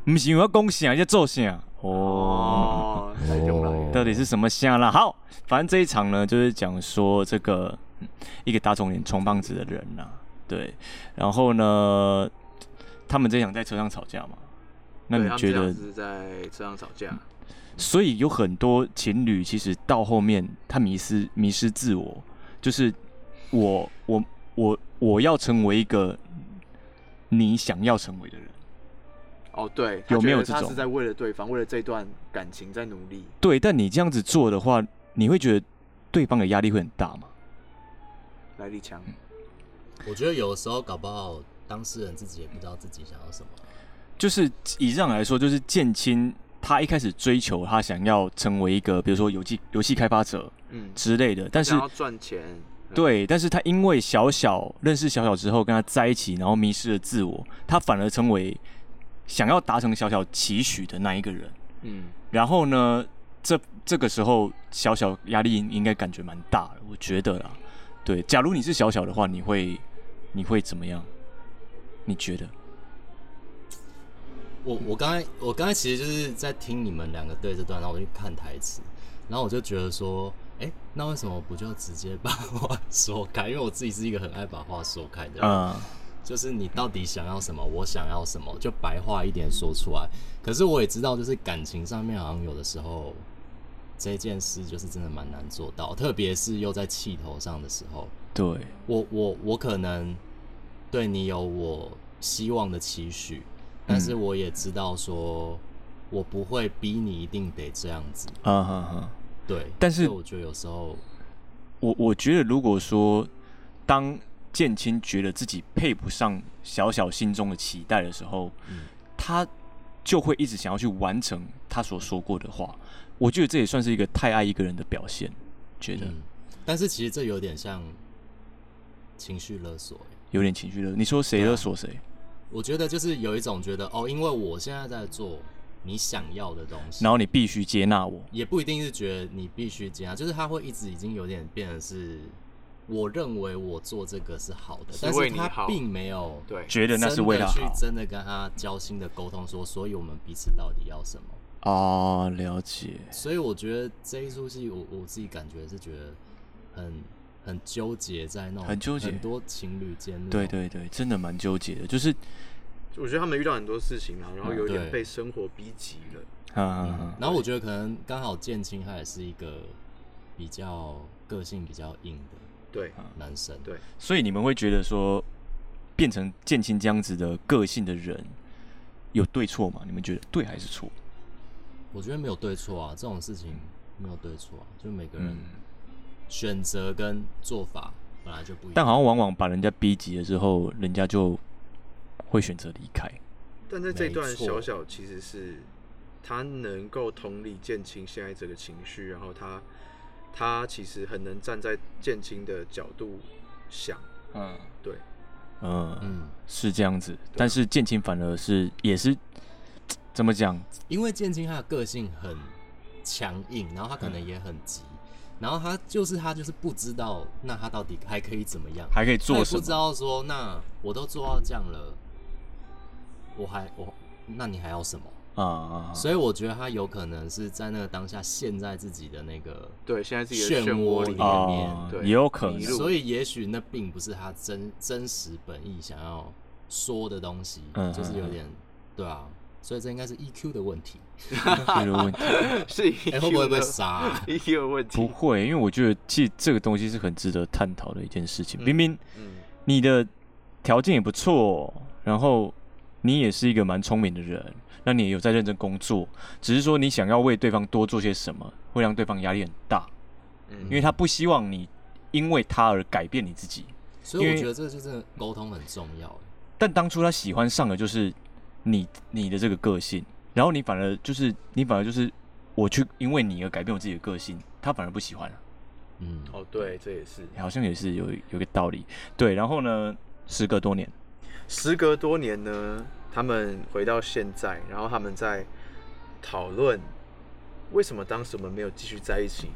B: 毋是因为我讲啥你才做啥。哦，
A: 哦，太用了。
B: 到底是什么啥啦？好，反正这一场呢，就是讲说这个嗯一个打肿脸充胖子的人呐、对，然后呢，他们这一场在车上吵架嘛。那
A: 对
B: 你
A: 他们
B: 觉
A: 这样
B: 得
A: 是在车上吵架？
B: 所以有很多情侣其实到后面他迷失迷失自我，就是我我我我要成为一个你想要成为的人。
A: 哦，对，
B: 有没有
A: 他觉得
B: 这
A: 他
B: 种
A: 是在为了对方，为了这段感情在努力？
B: 对，但你这样子做的话，你会觉得
E: 对方的压力会很大嘛。
F: 来力强，
C: 我觉得有时候搞不好当事人自己也不知道自己想要什么。
E: 就是以这样来说，就是建青他一开始追求他想要成为一个，比如说游戏游戏开发者
F: 嗯，
E: 之类的，但是
F: 想要赚钱，嗯，
E: 对，但是他因为小小认识小小之后跟他在一起，然后迷失了自我，他反而成为想要达成小小期许的那一个人。
F: 嗯，
E: 然后呢，这这个时候小小压力应该感觉蛮大的，我觉得啦。对，假如你是小小的话，你会你会怎么样？你觉得？
C: 我我刚才我刚才其实就是在听你们两个对这段，然后我就看台词，然后我就觉得说，哎、那为什么不就直接把话说开？因为我自己是一个很爱把话说开的人，
E: 嗯，
C: 就是你到底想要什么，我想要什么，就白话一点说出来。可是我也知道，就是感情上面好像有的时候这件事就是真的蛮难做到，特别是又在气头上的时候。
E: 对，
C: 我我我可能对你有我希望的期许，但
E: 嗯
C: 是我也知道说，我不会逼你一定得这样子。
E: 啊哈哈。
C: 对，
E: 但
C: 所
E: 是
C: 以我觉得有时候，
E: 我我觉得，如果说当建青觉得自己配不上小小心中的期待的时候，
C: 嗯
E: 他就会一直想要去完成他所说过的话。我觉得这也算是一个太爱一个人的表现。觉得
C: 嗯，但是其实这有点像情绪勒索欸、
E: 有点情绪了。你说谁勒索谁？
C: 我觉得就是有一种觉得哦，因为我现在在做你想要的东西，
E: 然后你必须接纳我。
C: 也不一定是觉得你必须接纳，就是他会一直已经有点变成是，我认为我做这个是好的，
F: 是
C: 但
F: 为
C: 是
F: 你
C: 他
F: 好
C: 并没有
F: 对，
E: 觉得那是为了
C: 真的
E: 好
C: 去真的跟他交心的沟通说，所以我们彼此到底要什么？
E: 哦，了解。
C: 所以我觉得这一出戏，我我自己感觉是觉得很很纠结在那种
E: 很纠结
C: 很多情侣间那种
E: 对对对，真的蛮纠结的，就是，
F: 我觉得他们遇到很多事情啊，然后有
C: 对
F: 点被生活逼急了，
E: 啊啊
C: 然后我觉得可能刚好建青他也是一个比较个性比较硬的
F: 对，
C: 男生，
F: 对
E: 所以你们会觉得说，变成建青这样子的个性的人，有对错吗？你们觉得对还是错？
C: 我觉得没有对错啊，这种事情没有对错啊，就每个人
E: 嗯，
C: 选择跟做法本来就不一样。
E: 但好像往往把人家逼急了之后，人家就会选择离开。
F: 但在这一段
C: 没错
F: 小小其实是他能够同理建青现在这个情绪，然后他他其实很能站在建青的角度想，
E: 嗯，
F: 对，
E: 嗯，
C: 嗯，
E: 是这样子。但是建青反而是也是怎么讲？
C: 因为建青他的个性很强硬，然后他可能也很急，
E: 嗯
C: 然后他就是他就是不知道，那他到底还可以怎么样？
E: 还可以
C: 他
E: 做
C: 也
E: 什
C: 不知
E: 么？
C: 道说，那我都做到这样了，我还我那你还要什么？
E: 啊啊啊！
C: 所以我觉得他有可能是在那个当下陷在自己的那个
F: 对，现在自己的漩
C: 涡
F: 涡里
C: 里
F: 面，
C: 面
E: 哦
F: 对
E: 也有可能
F: 迷。路
C: 所以也许那并不是他真真实本意想要说的东西，
E: 嗯
C: 就是有点对啊，所以这应该是 EQ 的问题。
E: 这个问题
F: 是
E: E
C: 哎、
F: EQ
C: 会不会被
F: 的
C: 杀啊、
F: EQ 的问
E: 不
F: 题，
E: 会，因为我觉得其实这个东西是很值得探讨的一件事情。
F: 嗯
E: 明明
F: 嗯，
E: 你的条件也不错，然后你也是一个蛮聪明的人，那你也有在认真工作，只是说你想要为对方多做些什么，会让对方压力很大，
F: 嗯
E: 因为他不希望你因为他而改变你自己。
C: 所以
E: 因
C: 我
E: 为
C: 觉得这就真的沟通很重要。欸
E: 但当初他喜欢上的就是你你的这个个性，然后你反而就是你反而就是我去因为你而改变我自己的个性，他反而不喜欢了。
C: 嗯，
F: 哦，对，这也是
E: 好像也是有有个道理。对，然后呢，时隔多年，
F: 时隔多年呢，他们回到现在，然后他们在讨论为什么当时我们没有继续在一起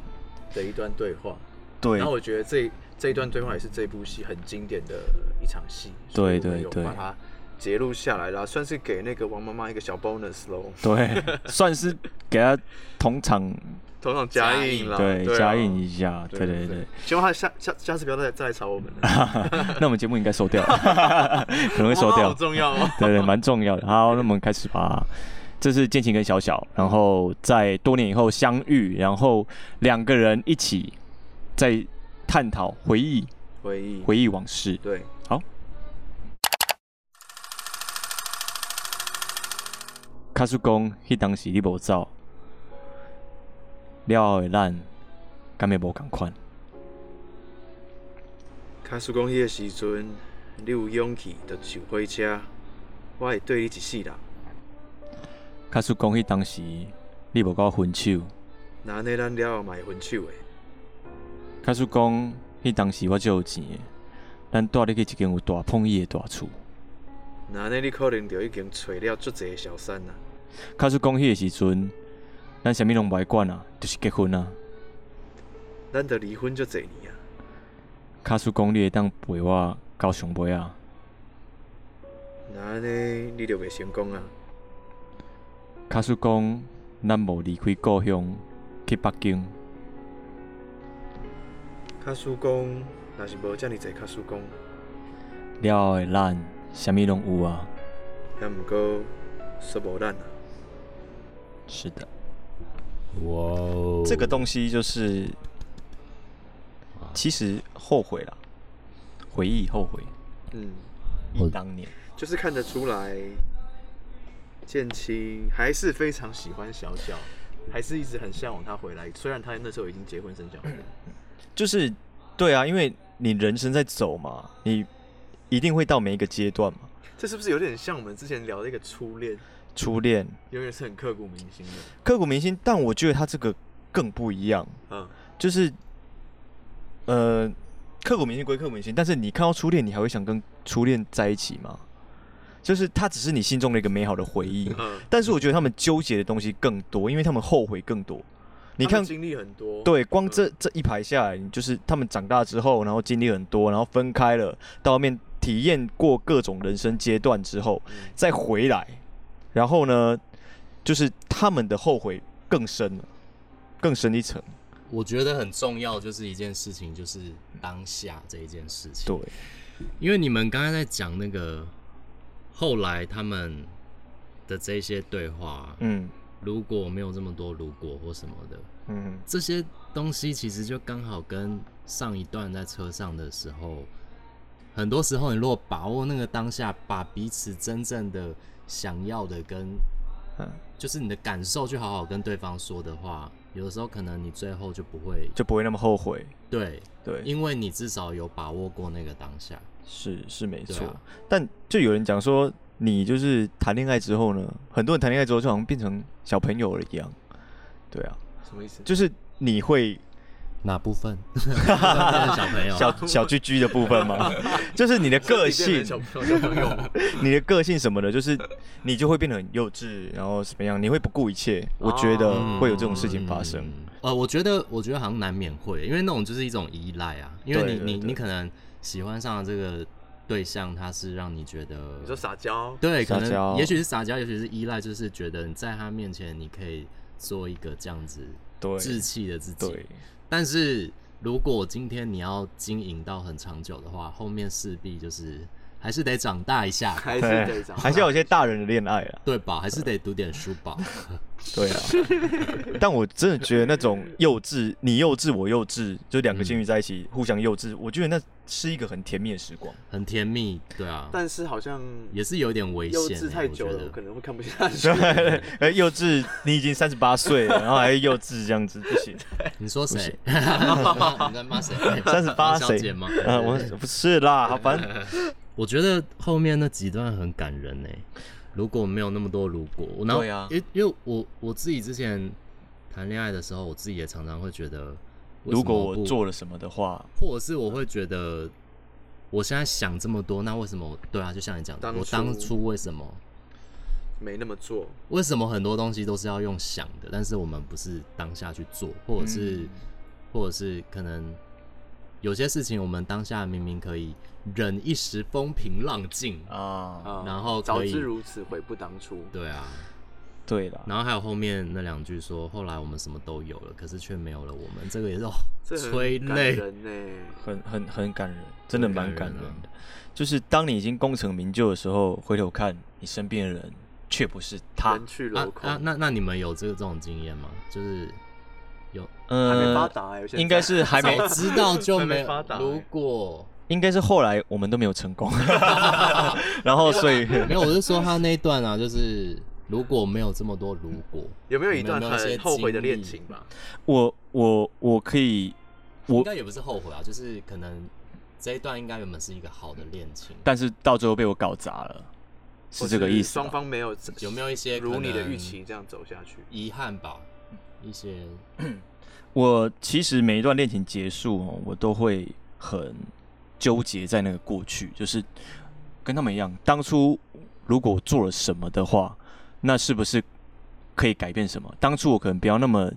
F: 的一段对话。
E: 对
F: 然后我觉得这这一段对话也是这部戏很经典的一场戏，
E: 对
F: 所以我们
E: 对
F: 有
E: 对
F: 把它截录下来啦，算是给那个王妈妈一个小 bonus 喽，
E: 对，算是给他同场
F: 头上加
C: 加
F: 印
C: 印
F: 啦，
E: 对
F: 啊
E: 加印一下，
F: 对
E: 对对
F: 对
E: 对。，
F: 希望他下下下次不要再再来吵我们了，
E: 那我们节目应该收 掉，可 能会收
F: 哇
E: 掉
F: 好。重要哦，
E: 对对，蛮重要的。好，那我们开始吧。这是建琴跟小小，然后在多年以后相遇，然后两个人一起在探讨回忆，
F: 回忆
E: 回忆往事。
F: 对，
E: 卡叔讲，迄当时你无走，了后的咱，敢会无共款？
A: 假使讲迄个时阵你有勇气，就上火车，我会对你一世人。
B: 卡叔讲迄当时你无甲我分手，
A: 那安尼咱了后嘛会分手的。
B: 卡叔讲迄当时我就有钱的，咱带你去一间有大碰椅的大厝。
A: 那安尼你可能就已经找了足侪个小三啊啦。
B: 卡叔讲迄个时阵，咱啥物拢袂管啊，就是结婚啊。
A: 咱就离婚足侪年啊。
B: 卡叔讲你会当陪我到上尾啊，
A: 那安尼你就袂成功啊。
B: 卡叔讲咱无离开故乡去北京。
A: 卡叔讲，若是无遮尔侪卡叔讲，
B: 了后的咱，啥物拢有啊。
A: 遐毋过说无咱啊。
B: 是的，
D: 哇哦，
B: 这个东西就是，
D: 哇
B: 其实后悔啦，回忆后悔，
A: 嗯，
B: 忆当年。
A: 就是看得出来，建青还是非常喜欢小小，还是一直很向往他回来。虽然他那时候已经结婚生小孩，
B: 就是对啊，因为你人生在走嘛，你一定会到每一个阶段嘛，
A: 这是不是有点像我们之前聊的一个初恋，
B: 初恋、
A: 永远是很刻骨铭心的？
B: 刻骨铭心。但我觉得他这个更不一样，
A: 嗯，
B: 就是呃，刻骨铭心归刻骨铭心，但是你看到初恋，你还会想跟初恋在一起吗？就是他只是你心中的一个美好的回忆，
A: 嗯，
B: 但是我觉得他们纠结的东西更多，因为他们后悔更多。你
A: 他
B: 看
A: 们经历很多，，
B: 对，光这这一排下来，你就是他们长大之后，然后经历很多，然后分开了，到后面体验过各种人生阶段之后，
A: 嗯
B: 再回来，然后呢，就是他们的后悔更深了，更深一层。
D: 我觉得很重要，就是一件事情，就是当下这一件事情。
B: 对，
D: 因为你们刚才在讲那个后来他们的这些对话，
B: 嗯
D: 如果没有这么多如果或什么的，
B: 嗯
D: 这些东西其实就刚好跟上一段在车上的时候，很多时候你如果把握那个当下，把彼此真正的想要的跟
B: 嗯，
D: 就是你的感受去好好跟对方说的话，有的时候可能你最后就不会
B: 就不会那么后悔。
D: 对，
B: 对，
D: 因为你至少有把握过那个当下。
B: 是是没
D: 对
B: 错。
D: 啊
B: 但就有人讲说，你就是谈恋爱之后呢，很多人谈恋爱之后就好像变成小朋友了一样。对啊，
A: 什么意思？
B: 就是你会
D: 哪 部分？小
A: 啊
D: 朋友，
B: 小小居居的部分嘛， 就是你的个性，
A: 小朋友，小朋友，
B: 你的个性什么的，就是你就会变得很幼稚，然后什么样，你会不顾一切。我觉得
A: 哦
B: 会有这种事情发生。
D: 嗯呃，我觉得，我觉得好像难免会，因为那种就是一种依赖啊，因为你
B: 对对
D: 你
B: 对
D: 你可能喜欢上了这个对象，他是让你觉得
A: 你说撒娇，
D: 对，可
B: 撒娇
D: 能也许是撒娇，也许是依赖，就是觉得你在他面前你可以做一个这样子
B: 对
D: 稚气的自己
B: 对。，
D: 但是如果今天你要经营到很长久的话，后面势必就是还是得长大 一下，
A: 还是
B: 对
A: 得长大，
B: 还是要有些大人的恋爱啊啦。
D: 对吧？还是得读点书吧。
B: 对啊， 但我真的觉得那种幼稚，你幼稚我幼稚，就两个情侣在一起互相幼稚，我觉得那是一个很甜蜜的时光。
D: 很甜蜜，对啊，
A: 但是好像
D: 也是有点危险、
A: 幼
D: 欸。
A: 稚太久
D: 我觉
A: 了，
D: 得
A: 我可能会看不下 去。
B: 对，呃幼稚，你已经三十八岁了，然后还幼稚这样子不 行。
D: 你说谁？ 你在骂谁？
B: 三十八
D: 王小
B: 岁
D: 姐吗？
B: 啊，我不是啦，好反正
D: 呃我觉得后面那几段很感人呢、如果没有那么多如果，我然后
B: 对啊
D: 因因为我我自己之前谈恋爱的时候，我自己也常常会觉得，
B: 如果
D: 为什么
B: 我
D: 不
B: 做了什么的话，
D: 或者是我会觉得，我现在想这么多，那为什么我？对啊，就像你讲的，
A: 当
D: 我
A: 初
D: 当初为什么？
A: 没那么做，
D: 为什么很多东西都是要用想的，但是我们不是当下去做，或者是，
B: 嗯
D: 或者是可能有些事情我们当下明明可以忍一时风平浪静，
B: 啊，
F: 嗯
A: 啊
D: 然后
A: 早
D: 可以
A: 知如此，悔不当初。
D: 对啊，
B: 对了，
D: 然后还有后面那两句说，后来我们什么都有了，可是却没有了我们，这个也是、哦
A: 这很
D: 催
A: 感
D: 泪
A: 人
F: 欸
A: 呢。
B: 很很很感人，真的
D: 很
B: 蛮
D: 感
B: 感
D: 人
B: 人
D: 啊
B: 的。就是当你已经功成名就的时候，回头看你身边的人，却不是他
A: 人。去
D: 啊
A: 楼空，
D: 啊，那那你们有这个这种经验吗？就是有
A: 还没发
B: 呃，
A: 达欸有些人
B: 应该是还 没，
D: 早哎知道就
A: 还没
D: 没有
A: 发达欸
D: 如果。
B: 应该是后来我们都没有成 功， 然后所以
D: 没有，我是说他那一段啊，就是如果没有这么多如果，
A: 有没有一
D: 你们
A: 段
D: 有没有一些
A: 很后悔的
D: 经历
A: 恋情吧？
B: 我我我可以
D: 应该也不是后悔啊，就是可能这一段应该原本是一个好的恋情，
B: 但是到最后被我搞砸了，是这个意思吧。
F: 双方没有
D: 有没有一些
F: 如
D: 可
F: 你的
D: 能
F: 预期这样走下去？
D: 遗憾吧？一些
B: 我其实每一段恋情结束哦，我都会很纠结在那个过去，就是跟他们一样，当初如果我做了什么的话，那是不是可以改变什么？当初我可能不要那么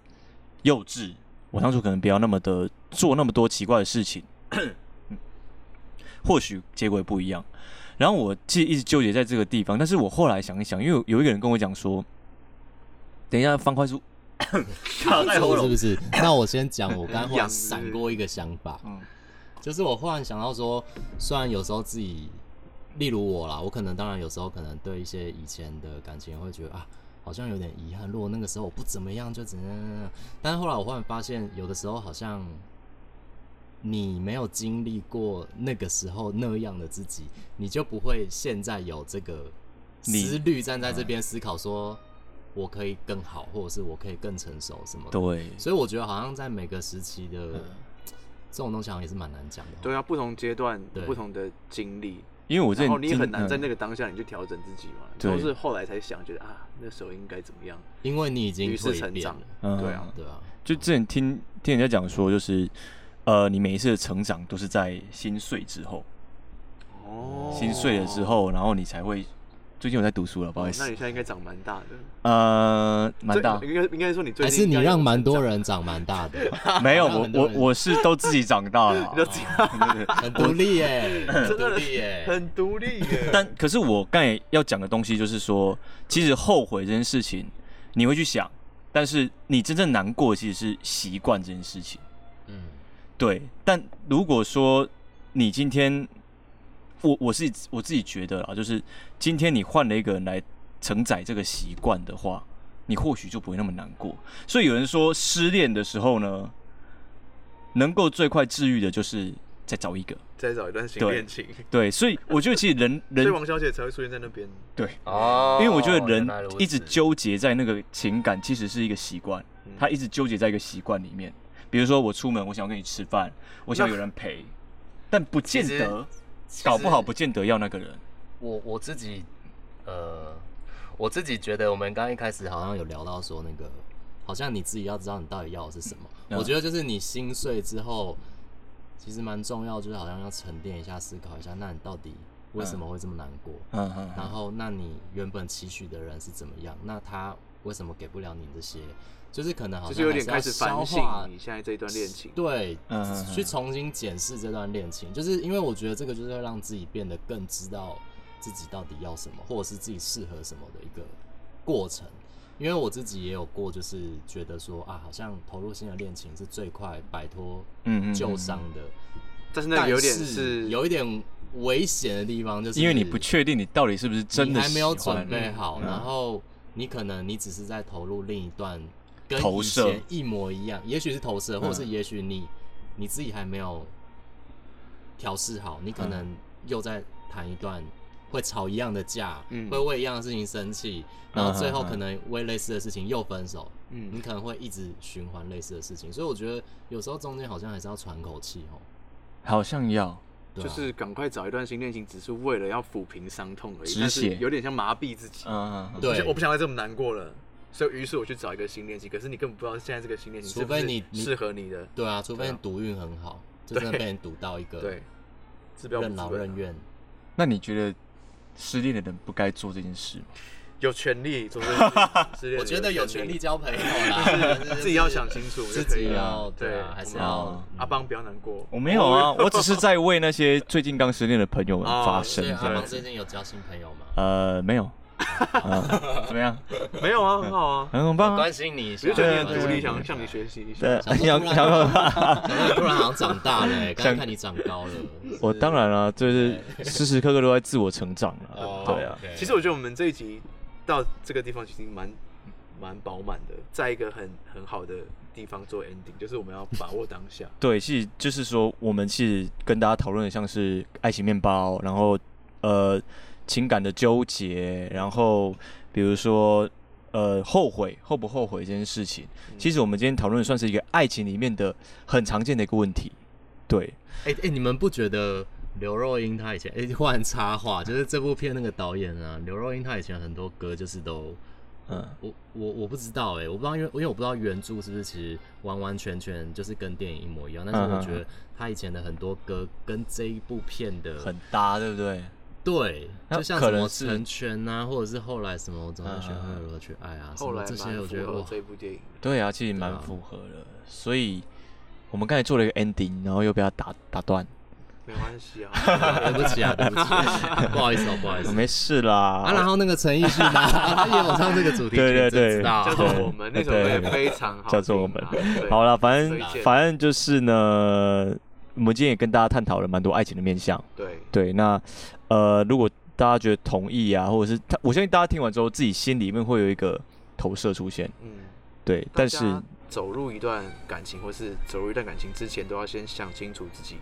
B: 幼稚，我当初可能不要那么的做那么多奇怪的事情，嗯或许结果也不一样。然后我其实一直纠结在这个地方，但是我后来想一想，因为有一个人跟我讲说，等一下方块是卡在喉
D: 是
B: 咙
D: 不，是？ 那我先讲，我刚刚忽然
F: 痒是不是
D: 闪过一个想法，
B: 嗯
D: 就是我忽然想到说，虽然有时候自己，例如我啦，我可能当然有时候可能对一些以前的感情会觉得啊，好像有点遗憾。如果那个时候我不怎么样，就怎样怎样怎样。但是后来我忽然发现，有的时候好像你没有经历过那个时候那样的自己，你就不会现在有这个
B: 你
D: 思虑站在这边思考说。我可以更好，或者是我可以更成熟什么的。
B: 对，
D: 所以我觉得好像在每个时期的、
B: 嗯
D: 这种东西好像也是蛮难讲的。哦
F: 对啊，不同阶段
D: 对
F: 不同的经历，
B: 因为我之
F: 然后
B: 前
F: 你也
B: 经
F: 很难在
B: 嗯
F: 那个当下你去调整自己嘛，
B: 对
F: 都是后来才想，觉得啊，那时候应该怎么样？
D: 因为你已经
F: 于是
D: 蜕
F: 成
D: 变
F: 长
D: 了，
B: 嗯
F: 对啊
D: 对啊，
B: 就之前听听人家讲说，就是呃，你每一次的成长都是在心碎之后，
F: 哦
B: 心碎了之后，然后你才会。最近我在读书了，不好意
F: 哦那
B: 思。
F: 你现在应该长蛮大的，
B: 呃，蛮
F: 最
B: 大，
F: 应该应该说你最
D: 还
F: 近
D: 是你
F: 应该有
D: 让蛮多
F: 成，
D: 人长蛮大的，
B: 没有
D: 好像
B: 我
D: 很多
B: 我
D: 人
B: 我是都自己长大了 啊
F: 长，就这
B: 对
F: 样
B: 对对
D: 很独立耶，很
F: 真
D: 独
F: 的
D: 立耶。
F: 很独立耶。
B: 但可是我刚才要讲的东西就是说，其实后悔这件事情你会去想，但是你真正难过其实是习惯这件事情。
D: 嗯，
B: 对，但如果说你今天，我我是我自己觉得啦，就是今天你换了一个人来承载这个习惯的话，你或许就不会那么难过。所以有人说，失恋的时候呢，能够最快治愈的就是再找一个。
F: 再找一段新
B: 对
F: 恋情，
B: 对，所以我觉得其实人
F: 所以
B: 人
F: 王小姐才会出现在那边。
B: 对，
D: 哦
B: 因为我觉得人一直纠结在那个情感，其实是一个习惯，
D: 嗯
B: 他一直纠结在一个习惯里面。比如说我出门，我想要跟你吃饭，我想要有人陪，但不见
G: 其实
B: 得，搞不好不见得要那个人。
G: 我我自己，呃，我自己觉得我们刚刚一开始好
D: 好
G: 像
D: 像有聊到说那个，好像你自己要知道你到底要的是什么。
B: 嗯
D: 我觉得就是你心碎之后，其实蛮重要，就是好像要沉淀一下，思考一下，那你到底为什么会这么难过？
B: 嗯嗯
D: 然后，那你原本期许的人是怎么样？那他为什么给不了你这些？就是可能好像
F: 就是有点
D: 还
F: 开
D: 是
F: 始
D: 要
F: 反省
D: 消化
F: 你现在这一段恋情。
D: 对，
B: 嗯嗯嗯
D: 去重新检视这段恋情，就是因为我觉得这个就是会让自己变得更知道自己到底要什么，或者是自己适合什么的一个过程。因为我自己也有过，就是觉得说啊，好像投入新的恋情是最快摆脱
B: 嗯嗯嗯
D: 旧伤的，
F: 但是那
D: 但
F: 个有点
D: 是
F: 是
D: 有一点危险的地方，就是
B: 因为你不确定你到底是不是真
D: 你
B: 的
D: 还没有
B: 喜欢
D: 准备
B: 嗯
D: 好，然后你可能你只是在投入另一段跟
B: 投
D: 以
B: 射
D: 前一模一样，也许是投射，或者是
B: 嗯
D: 也许你你自己还没有调试好，你可
B: 嗯
D: 能又在谈一段会吵一样的架，
F: 嗯
D: 会为一样的事情生气，然后最
B: 嗯
D: 后
B: 嗯嗯
D: 可能为类似的事情又分手，
F: 嗯
D: 你可能会一直循环类似的事情，所以我觉得有时候中间好像还是要喘口气哦。
B: 好像要
D: 对
F: 就
D: 啊
F: 是赶快找一段新恋情，只是为了要抚平伤痛而已，
B: 止
F: 但是
B: 血
F: 有点像麻痹自己。
B: 嗯嗯
D: 对
F: 我不想再这么难过了，所以于是我去找一个新恋情。可是你根本不知道现在这个新恋情
D: 除
F: 是不是
D: 非你你
F: 适合你的，
D: 对啊，除非
F: 对啊
D: 你赌运很好，就真的
F: 对
D: 被人赌到一个
F: 对，治标不
D: 任
F: 治
D: 劳
F: 本啊
D: 任。怨。
B: 那你觉得失恋的人不该做这件事吗？
F: 有权利，总之是失恋的
D: 我觉得有权利交朋友啦，
F: 是自己要想清楚
D: 自
F: 就可以
D: 己
F: 了
D: 要
F: 对
D: 对啊，还是
F: 我们
D: 要
F: 阿邦不要难过，
B: 哦我没有啊，我只是在为那些最近刚失恋的朋友们
F: 哦
B: 发
D: 所
B: 声
D: 以。
B: 这
D: 啊阿
B: 样
D: 邦
B: 子
D: 最近有交新朋友吗？
B: 呃，没有。呃怎么样？
F: 没有啊，很好啊，
B: 很棒啊！
G: 关心你一
F: 我
G: 下
F: 就，觉得你
B: 对
F: 很
B: 对
F: 独立，
B: 对
F: 想向你学习一下。
B: 对，
D: 想
B: 要
D: 说突然
B: 要
D: 然后突然好像长大了欸，刚才
B: 想
D: 看你长高了。
B: 我当然了，就是时时刻刻都在自我成长了。对啊，
D: OK，
F: 其实我觉得我们这一集到这个地方其实蛮蛮饱满的，在一个很很好的地方做 ending，就是我们要把握当下。
B: 对，其实就是说，我们其实跟大家讨论的像是爱情面包，然后呃情感的纠结，然后比如说呃后悔后不后嗯悔这件事情，其实我们今天讨论的算是一个爱情里面的很常见的一个问题。对，
D: 哎、哎、你们不觉得刘若英她以 前哎换、插话，就是这部片那个导演啊，刘若英她以前很多歌就是都
B: 嗯，
D: 我我我不知道哎、我不知道因为因为我不知道原著是不是其实完完全全就是跟电影一模一样，但
C: 嗯
D: 是我觉得她以前的很多歌跟这一部片的
B: 很搭，对不对？
D: 对，
B: 那
D: 就像
B: 可
D: 什么
B: 能是
D: 成全啊，或者是后来什么我怎么学
B: 嗯
D: 会
B: 嗯嗯
D: 如何去爱啊，什
F: 后
D: 么
F: 来
D: 这些
F: 蛮
D: 我
F: 符
D: 觉得
F: 合
D: 哇，
F: 这部电影的。
B: 对啊，其实蛮符合的。所以我们刚才做了一个 ending，然后又被他打打 断，
F: 没关系啊，
D: 对不起啊，对不起， 不好意思哦，不好意思。
B: 没事啦。
D: 啊，然后那个陈奕迅啊， 他也有唱这个主题曲，
B: 对对
D: 真
B: 对
D: 知道
F: 叫做我们那首歌也
B: 对
F: 非常好听啊，
B: 叫做我们
F: 对
B: 好啊了，反正
F: 推荐
B: 反正就是呢，我们今天也跟大家探讨了蛮多爱情的面向。
F: 对，
B: 对，那呃，如果大家觉得同意啊，或者是他，我相信大家听完之后，自己心里面会有一个投射出现。
F: 嗯，
B: 对，
F: 大
B: 但是
F: 家走入一段感情或是走入一段感情之前，都要先想清楚自己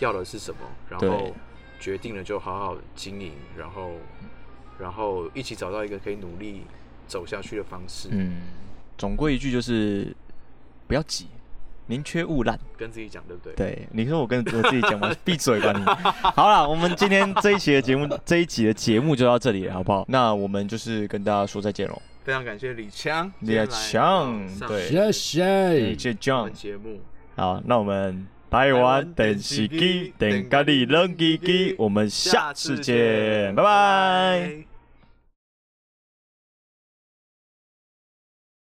F: 要的是什么，然
B: 对
F: 后决定了就好好经营，然后然后一起找到一个可以努力走下去的方式，
B: 嗯，总归一句就是不要急，宁缺毋滥。
F: 跟自己讲，对不对？
B: 对，你说我跟我自己讲吗？闭嘴 吧你！好了，我们今天这一期的节目，这一集的节目就到这里了，好不好？那我们就是跟大家说再见喽。
F: 非常感谢李强，
B: 李强
F: 今天来到上
B: 对谢
D: 谢谢。
B: 谢
F: 我
B: John
F: 们。节目，
B: 好，那我们台湾等时机，等咖喱冷叽叽，我们下次见，拜拜。